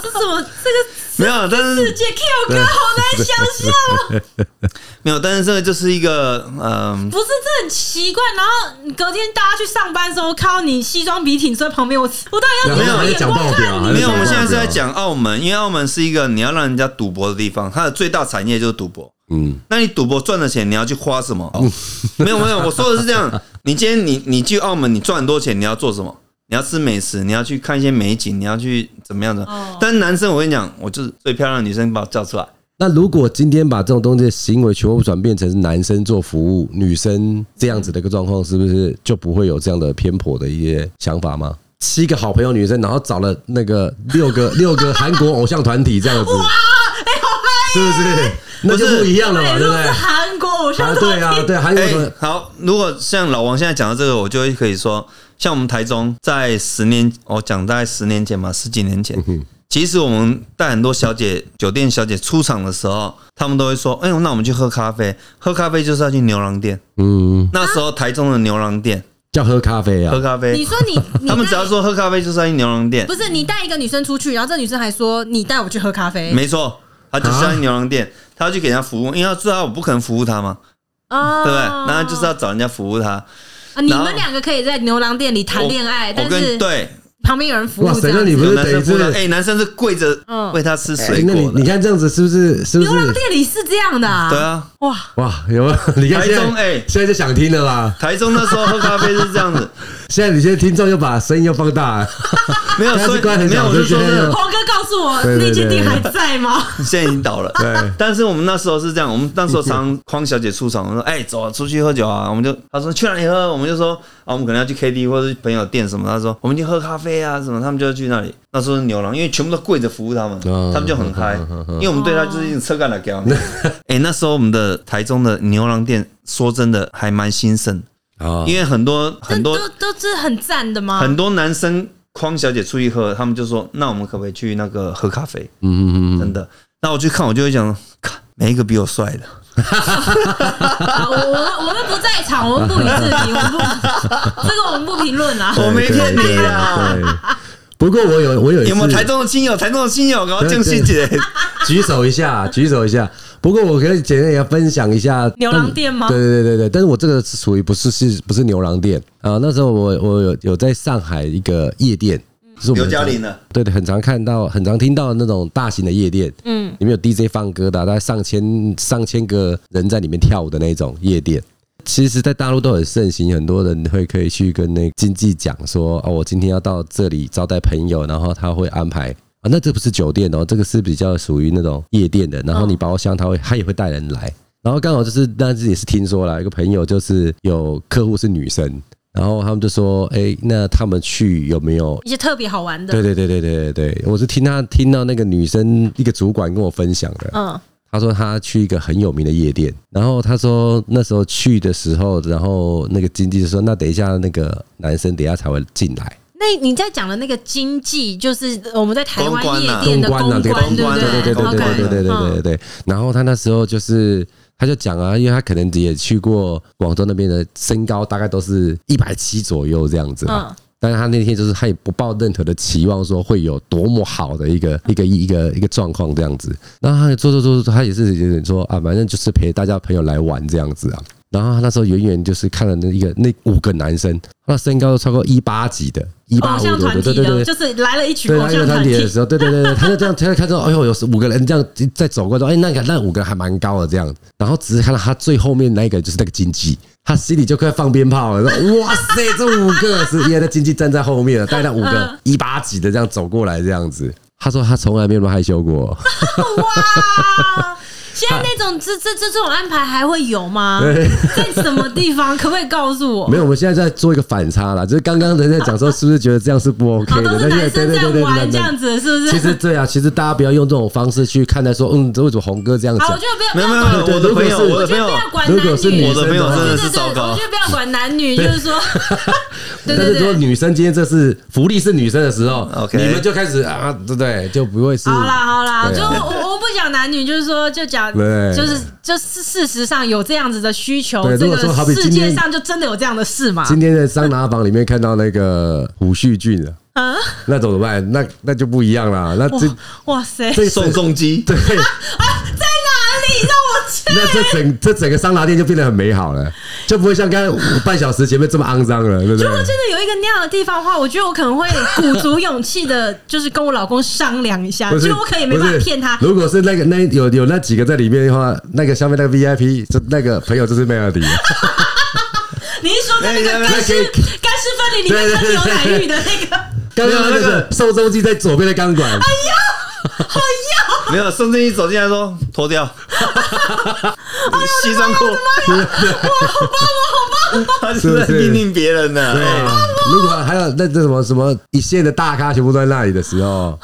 [SPEAKER 2] 这怎么这个
[SPEAKER 1] 没有，但
[SPEAKER 2] 世
[SPEAKER 1] 是
[SPEAKER 2] 界 Q 哥好难想象哦，
[SPEAKER 1] 没有，但是这个就是一个嗯，
[SPEAKER 2] 不是这很奇怪。然后隔天大家去上班的时候，看到你西装笔挺坐在旁边，我我到底要用
[SPEAKER 3] 没
[SPEAKER 2] 什
[SPEAKER 3] 有
[SPEAKER 2] 么
[SPEAKER 3] 还在
[SPEAKER 2] 眼
[SPEAKER 3] 讲
[SPEAKER 2] 光
[SPEAKER 3] 报
[SPEAKER 2] 看
[SPEAKER 3] 表，
[SPEAKER 2] 你？
[SPEAKER 3] 还
[SPEAKER 1] 啊没有，
[SPEAKER 3] 讲
[SPEAKER 1] 我们现在是在
[SPEAKER 3] 报表，
[SPEAKER 1] 讲澳门，因为澳门是一个你要让人家赌博的地方，它的最大产业就是赌博。
[SPEAKER 3] 嗯，
[SPEAKER 1] 那你赌博赚的钱，你要去花什么？ 没有没有，我说的是这样。你今天你你去澳门，你赚很多钱，你要做什么？你要吃美食，你要去看一些美景，你要去怎么样的
[SPEAKER 2] 哦？
[SPEAKER 1] 但是男生，我跟你讲，我就是最漂亮的女生把我叫出来，
[SPEAKER 3] 那如果今天把这种东西的行为全部转变成是男生做服务，女生这样子的一个状况，是不是就不会有这样的偏颇的一些想法吗？七个好朋友女生，然后找了那个六个 六个韩国偶像团体这样子，是不是？那就不一样了嘛，
[SPEAKER 2] 如
[SPEAKER 3] 对不
[SPEAKER 2] 果
[SPEAKER 3] 对
[SPEAKER 2] 是？哎韩国偶像
[SPEAKER 3] 啊，对
[SPEAKER 2] 团体，
[SPEAKER 3] 啊，对韩国
[SPEAKER 1] 哎、
[SPEAKER 3] 团
[SPEAKER 1] 好，如果像老王现在讲到这个，我就会可以说，像我们台中在十年，我讲大概十年前吧，十几年前，其实我们带很多小姐、酒店小姐出场的时候，他们都会说：“哎呦，那我们去喝咖啡，喝咖啡就是要去牛郎店。
[SPEAKER 3] 嗯，”
[SPEAKER 1] 那时候台中的牛郎店
[SPEAKER 3] 叫喝咖啡啊
[SPEAKER 1] 喝，咖
[SPEAKER 2] 你
[SPEAKER 1] 啡，
[SPEAKER 2] 说你，你
[SPEAKER 1] 他们只要
[SPEAKER 2] 带
[SPEAKER 1] 说喝咖啡就是要去牛郎店
[SPEAKER 2] 不，是你带一个女生出去，然后这女生还说你带我去喝咖啡，
[SPEAKER 1] 没错，他就是要去牛郎店，他要去给人家服务，因为他知道我不可能服务他嘛，
[SPEAKER 2] 哦
[SPEAKER 1] 对不对？那就是要找人家服务他。
[SPEAKER 2] 啊你
[SPEAKER 1] 然后
[SPEAKER 2] 们两个可以在牛郎店里谈恋爱，
[SPEAKER 1] 我
[SPEAKER 2] 但
[SPEAKER 1] 我跟
[SPEAKER 2] 是
[SPEAKER 1] 对，
[SPEAKER 2] 旁边有人服务
[SPEAKER 3] 哇塞
[SPEAKER 2] 这样
[SPEAKER 3] 那你不
[SPEAKER 2] 子
[SPEAKER 3] 是
[SPEAKER 1] 有男生
[SPEAKER 3] 等于是
[SPEAKER 1] 不能，哎、男生是跪着
[SPEAKER 2] 嗯
[SPEAKER 1] 喂他吃
[SPEAKER 3] 哎
[SPEAKER 1] 水
[SPEAKER 3] 那你
[SPEAKER 1] 果的。
[SPEAKER 3] 你看这样子是不是？是不
[SPEAKER 2] 牛郎
[SPEAKER 3] 是？
[SPEAKER 2] 店里是这样的、啊
[SPEAKER 1] 对，啊，
[SPEAKER 2] 哇，
[SPEAKER 3] 哇，有没 有？你看现
[SPEAKER 1] 台中哎
[SPEAKER 3] 在现在就想听了吧？
[SPEAKER 1] 台中那时候喝咖啡是这样子，
[SPEAKER 3] 现在你现在听众又把声音又放大，
[SPEAKER 1] 没有，所以
[SPEAKER 3] 现在是关很
[SPEAKER 1] 没有，
[SPEAKER 3] 小
[SPEAKER 1] 我是说
[SPEAKER 3] 就现在
[SPEAKER 1] 是
[SPEAKER 3] 就
[SPEAKER 2] 猴哥告诉我
[SPEAKER 3] 对对对
[SPEAKER 2] 那间店还在吗？
[SPEAKER 1] 现在已经倒了。
[SPEAKER 3] 对，
[SPEAKER 1] 但是我们那时候是这样，我们那时候 常匡小姐出场，我说：“哎、走、啊，出去喝酒啊！”我们就她说去哪里喝，我们就说啊，我们可能要去 KTV 或者是朋友店什么。她说我们去喝咖啡啊什么，他们就去那里。那时候是牛郎，因为全部都跪着服务他们，
[SPEAKER 3] 嗯
[SPEAKER 1] 他们就很嗨
[SPEAKER 3] 嗯嗯，
[SPEAKER 1] 因为我们对他就是一种车干来给 我们。哎、那时候我们的台中的牛郎店，说真的还蛮兴盛，
[SPEAKER 3] 啊
[SPEAKER 1] 因为很多很多
[SPEAKER 2] 这都都是很赞的吗？
[SPEAKER 1] 很多男生匡小姐出去喝，他们就说：“那我们可不可以去那个喝咖啡
[SPEAKER 3] 嗯嗯嗯？”嗯
[SPEAKER 1] 真的，那我去看，我就会讲，看每一个比我帅的，
[SPEAKER 2] 好我我我们不在场，我们不予置评，我们不这个我们不评论啊。
[SPEAKER 1] 我没骗你
[SPEAKER 3] 啊！
[SPEAKER 1] 啊
[SPEAKER 3] 对不过我有我有一次
[SPEAKER 1] 有没有台中的亲友？台中的亲友，然后江西姐，
[SPEAKER 3] 举手一下，举手一下。不过我可以简单也分享一下
[SPEAKER 2] 牛郎店吗
[SPEAKER 3] 对对对对对，但是我这个是属于不是是不是牛郎店啊、那时候我我有有在上海一个夜店，就是我
[SPEAKER 1] 刘
[SPEAKER 3] 们
[SPEAKER 1] 嘉玲呢？
[SPEAKER 3] 对对，很常看到，很常听到那种大型的夜店，
[SPEAKER 2] 嗯，
[SPEAKER 3] 里面有 DJ 放歌的啊、大概上千上千个人在里面跳舞的那种夜店。其实，在大陆都很盛行，很多人会可以去跟那个经纪讲说：“哦，我今天要到这里招待朋友，然后他会安排啊。”那这不是酒店哦，这个是比较属于那种夜店的。然后你包厢，他会他也会带人来。然后刚好就是，那自己是听说了，一个朋友就是有客户是女生，然后他们就说：“哎，那他们去有没有
[SPEAKER 2] 一些特别好玩的，
[SPEAKER 3] 对对对对对对对，我是听他听到那个女生一个主管跟我分享的，
[SPEAKER 2] 嗯，
[SPEAKER 3] 他说他去一个很有名的夜店，然后他说那时候去的时候，然后那个经纪就说那等一下那个男生等一下才会进来，
[SPEAKER 2] 那你在讲的那个经济，就是我们在台湾
[SPEAKER 1] 公关
[SPEAKER 2] 夜
[SPEAKER 1] 啊
[SPEAKER 2] 店的
[SPEAKER 3] 公关啊
[SPEAKER 2] 对
[SPEAKER 3] 对
[SPEAKER 2] 不
[SPEAKER 1] 公关啊
[SPEAKER 2] 对
[SPEAKER 3] 对对对
[SPEAKER 2] OK，
[SPEAKER 3] 对对对对对
[SPEAKER 2] 嗯
[SPEAKER 3] 对对。然后他那时候就是，他就讲啊，因为他可能也去过广州那边的，身高大概都是一百七左右这样子嘛。
[SPEAKER 2] 嗯
[SPEAKER 3] 但是他那天就是他也不抱任何的期望，说会有多么好的一个一个一个一个状况这样子。然后他也做做做做，他也是有点说啊，反正就是陪大家朋友来玩这样子啊。然后他那时候远远就是看了那一个那五个男生，他的身高都超过一八几的，一八
[SPEAKER 2] 偶
[SPEAKER 3] 五
[SPEAKER 2] 像
[SPEAKER 3] 的，
[SPEAKER 2] 团体
[SPEAKER 3] 对对
[SPEAKER 2] 的，
[SPEAKER 3] 对，
[SPEAKER 2] 就是来了一群
[SPEAKER 3] 对，
[SPEAKER 2] 偶
[SPEAKER 3] 他有
[SPEAKER 2] 像
[SPEAKER 3] 他
[SPEAKER 2] 团
[SPEAKER 3] 脸的
[SPEAKER 2] 体
[SPEAKER 3] 时，候，对对对对，他就这样，他就看到，哎呦，有五个人这样在走过，说，哎，那个那五个还蛮高的这样，然后只是看到他最后面那一个就是那个经济，他心里就快放鞭炮了，说，哇塞，这五个是因为那经济站在后面了，带那五个一八几的这样走过来这样子，他说他从来没有那么害羞过，
[SPEAKER 2] 哇！现在那种这这这这种安排还会有吗？在什么地方？可不可以告诉我
[SPEAKER 3] 没？有，我们现在在做一个反差啦，就是刚刚人在讲说是不是觉得这样是不 OK
[SPEAKER 2] 好，
[SPEAKER 3] 的
[SPEAKER 2] 都，是
[SPEAKER 3] 但
[SPEAKER 2] 男
[SPEAKER 3] 对
[SPEAKER 2] 生
[SPEAKER 3] 对
[SPEAKER 2] 在
[SPEAKER 3] 对对，
[SPEAKER 2] 玩
[SPEAKER 3] 男
[SPEAKER 2] 这样
[SPEAKER 3] 生。
[SPEAKER 2] 子，是不
[SPEAKER 3] 其实
[SPEAKER 2] 是？
[SPEAKER 3] 对啊，其实大家不要用这种方式去看待说，嗯，这为什么红哥这样
[SPEAKER 2] 好，
[SPEAKER 3] 讲
[SPEAKER 2] 我觉？得不要不
[SPEAKER 1] 没有没
[SPEAKER 2] 要
[SPEAKER 1] 有，没有
[SPEAKER 2] 管，
[SPEAKER 1] 我的朋友，
[SPEAKER 3] 如果是
[SPEAKER 1] 我
[SPEAKER 2] 我
[SPEAKER 1] 的
[SPEAKER 2] 觉
[SPEAKER 1] 朋友我的朋
[SPEAKER 2] 得不，要管男女
[SPEAKER 3] 如果是女，
[SPEAKER 1] 友真
[SPEAKER 2] 对
[SPEAKER 1] 的
[SPEAKER 2] 对
[SPEAKER 1] 是
[SPEAKER 2] 对，
[SPEAKER 1] 糟
[SPEAKER 2] 我
[SPEAKER 1] 糕
[SPEAKER 2] 觉。得不要管男女，就 是说，对
[SPEAKER 3] 但
[SPEAKER 2] 对
[SPEAKER 3] 是如果
[SPEAKER 2] 对。
[SPEAKER 3] 女生今天这是福利是女生的时候
[SPEAKER 1] OK
[SPEAKER 3] 你们就开始啊，对不对？就不会是
[SPEAKER 2] 好啦好啦，
[SPEAKER 3] 对
[SPEAKER 2] 就
[SPEAKER 3] 啊
[SPEAKER 2] 我我不讲男女，就是说就讲，
[SPEAKER 3] 对
[SPEAKER 2] 就是就是事实上有这样子的需求，
[SPEAKER 3] 对
[SPEAKER 2] 这
[SPEAKER 3] 如果说好
[SPEAKER 2] 个
[SPEAKER 3] 比
[SPEAKER 2] 世
[SPEAKER 3] 今天
[SPEAKER 2] 界上就真的有这样的事嘛？
[SPEAKER 3] 今天在桑拿房里面看到那个胡旭俊啊，
[SPEAKER 2] 啊，
[SPEAKER 3] 那怎么办？那那就不一样啦。那这
[SPEAKER 2] 哇哇塞，
[SPEAKER 3] 这
[SPEAKER 1] 宋仲基，
[SPEAKER 3] 对，
[SPEAKER 2] 在哪里？让我去。
[SPEAKER 3] 那这整这整个桑拿店就变得很美好了，就不会像刚才五半小时前面这么肮脏了，对不对
[SPEAKER 2] 如？果真的有一个那样的地方的话，我觉得我可能会鼓足勇气的，就是跟我老公商量一下，
[SPEAKER 3] 不，
[SPEAKER 2] 就是我可能也没
[SPEAKER 3] 不
[SPEAKER 2] 办
[SPEAKER 3] 是
[SPEAKER 2] 法骗他。
[SPEAKER 3] 如果是那个那有有那几个在里面的话，那个下面那个 VIP，就那个朋友就 是 Melody，
[SPEAKER 2] 你是说在那个干湿
[SPEAKER 3] 哎那可
[SPEAKER 2] 干湿分离里面喝牛奶浴的那个？
[SPEAKER 3] 刚刚那
[SPEAKER 1] 没有那
[SPEAKER 3] 个受重机在左边的钢管，
[SPEAKER 2] 好呀，
[SPEAKER 1] 没有宋仲基走进来说脱掉西装裤， 他就是在命令别人呢。
[SPEAKER 3] 对
[SPEAKER 1] 哎，
[SPEAKER 3] 如果还有那这什么什么一线的大咖全部都在那里的时候，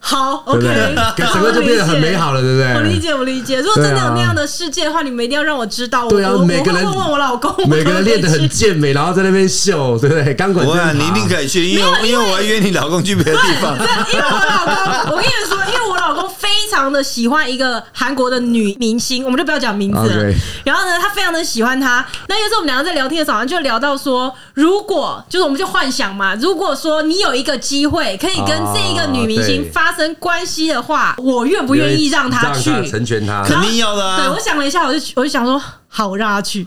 [SPEAKER 2] 好
[SPEAKER 3] 对不对
[SPEAKER 2] ，OK，？
[SPEAKER 3] 整个就变得很美好了，对
[SPEAKER 2] 我
[SPEAKER 3] 不
[SPEAKER 2] 理
[SPEAKER 3] 对？啊
[SPEAKER 2] 解，我理解。如果真的有那样的世界的话，你们一定要让我知道。我
[SPEAKER 3] 对啊
[SPEAKER 2] 我我
[SPEAKER 3] 每个
[SPEAKER 2] 会
[SPEAKER 3] 人
[SPEAKER 2] 问问我老公，
[SPEAKER 3] 每个人练得很健美，然后在那边秀，对不对？钢管
[SPEAKER 1] 不
[SPEAKER 3] 真
[SPEAKER 1] 会啊，
[SPEAKER 3] 好
[SPEAKER 1] 你一定可以去，因为我因为我要约你老公去别的地方。
[SPEAKER 2] 因为我老公，我跟你说，因为我老公非常的喜欢一个韩国的女明星，我们就不要讲名字了。
[SPEAKER 3] OK
[SPEAKER 2] 然后呢，他非常的喜欢她。那有时候我们两个在聊天的时候，好像就聊到说，如果就是我们就幻想嘛，如果说你有一个机会可以跟这一个女明
[SPEAKER 3] 哦对
[SPEAKER 2] 星发生关系的话，我愿不愿意让她去？
[SPEAKER 3] 啊成全他？
[SPEAKER 1] 肯定要的啊
[SPEAKER 2] 对我想了一下，我就我就想说，好，我让她去。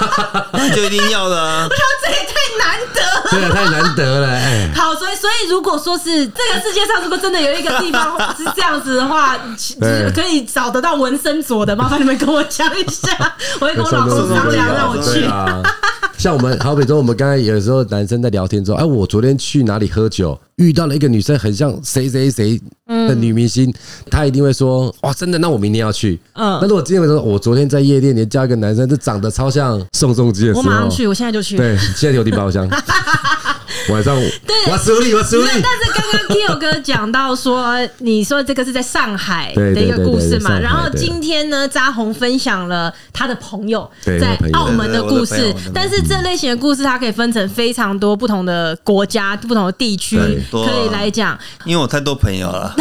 [SPEAKER 1] 那就一定要的啊！
[SPEAKER 2] 我想这也太难得了。
[SPEAKER 3] 对，啊太难得了，哎，
[SPEAKER 2] 好，所以所以如果说是这个世界上，如果真的有一个地 方是这样子的话，其就是可以找得到纹身佐的，麻烦你们跟我讲一下， 我会跟我老公商量让我
[SPEAKER 3] 对
[SPEAKER 2] 去。
[SPEAKER 3] 啊。 像我们好比说，我们刚才有时候男生在聊天说：“哎，我昨天去哪里喝酒，遇到了一个女生，很像谁谁谁的女明星。”他一定会说：“哇，真的，那我明天要去。”
[SPEAKER 2] 嗯
[SPEAKER 3] 嗯，那如果今天晚上我昨天在夜店连叫一个男生，这长得超像宋仲基的时候，
[SPEAKER 2] 我马上去，我现在就去。
[SPEAKER 3] 对，现在有地 包厢，晚上我处理，我处理
[SPEAKER 2] 没有。但是刚刚 Kio 哥讲到说，你说这个是在上海
[SPEAKER 3] 对
[SPEAKER 2] 的一个
[SPEAKER 3] 对对
[SPEAKER 2] 故事
[SPEAKER 3] 对对上
[SPEAKER 2] 嘛，
[SPEAKER 3] 海
[SPEAKER 2] 然后
[SPEAKER 3] 对
[SPEAKER 2] 今天呢，扎红分享了他的朋友
[SPEAKER 3] 对
[SPEAKER 2] 在
[SPEAKER 3] 我的朋友
[SPEAKER 2] 澳门的
[SPEAKER 1] 对对
[SPEAKER 2] 故
[SPEAKER 1] 我的
[SPEAKER 2] 事
[SPEAKER 1] 朋友，
[SPEAKER 2] 但是这类型的故事它可以分成非常多不同的国家、不同的地区
[SPEAKER 3] 对，
[SPEAKER 1] 多啊
[SPEAKER 2] 可以来讲。
[SPEAKER 1] 因为我太多朋友了，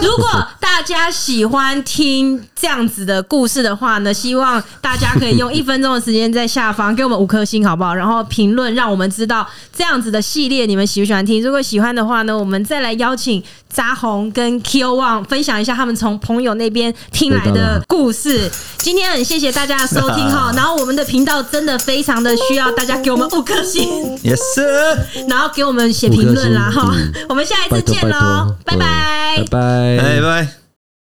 [SPEAKER 2] 如果大家喜欢听这样子的故事的话呢，希望大家可以用一分钟的时间在下方给我们五颗星，好不好？然后评论，让我们知道这样子的系列你们喜不喜欢听。如果喜欢的话呢，我们再来邀请扎红跟 Q One 分享一下他们从朋友那边听来的故事。今天很谢谢大家的收听哈，然后我们的频道真的非常的需要大家给我们五颗星，
[SPEAKER 1] 也是。
[SPEAKER 2] 然后给我们写评论啦
[SPEAKER 3] 五颗
[SPEAKER 2] 哈
[SPEAKER 3] 星嗯。
[SPEAKER 2] 我们下一次
[SPEAKER 3] 拜托
[SPEAKER 2] 见
[SPEAKER 3] 拜
[SPEAKER 2] 喽
[SPEAKER 3] 托，，
[SPEAKER 2] 拜拜
[SPEAKER 3] 嗯拜拜，
[SPEAKER 1] 哎拜拜。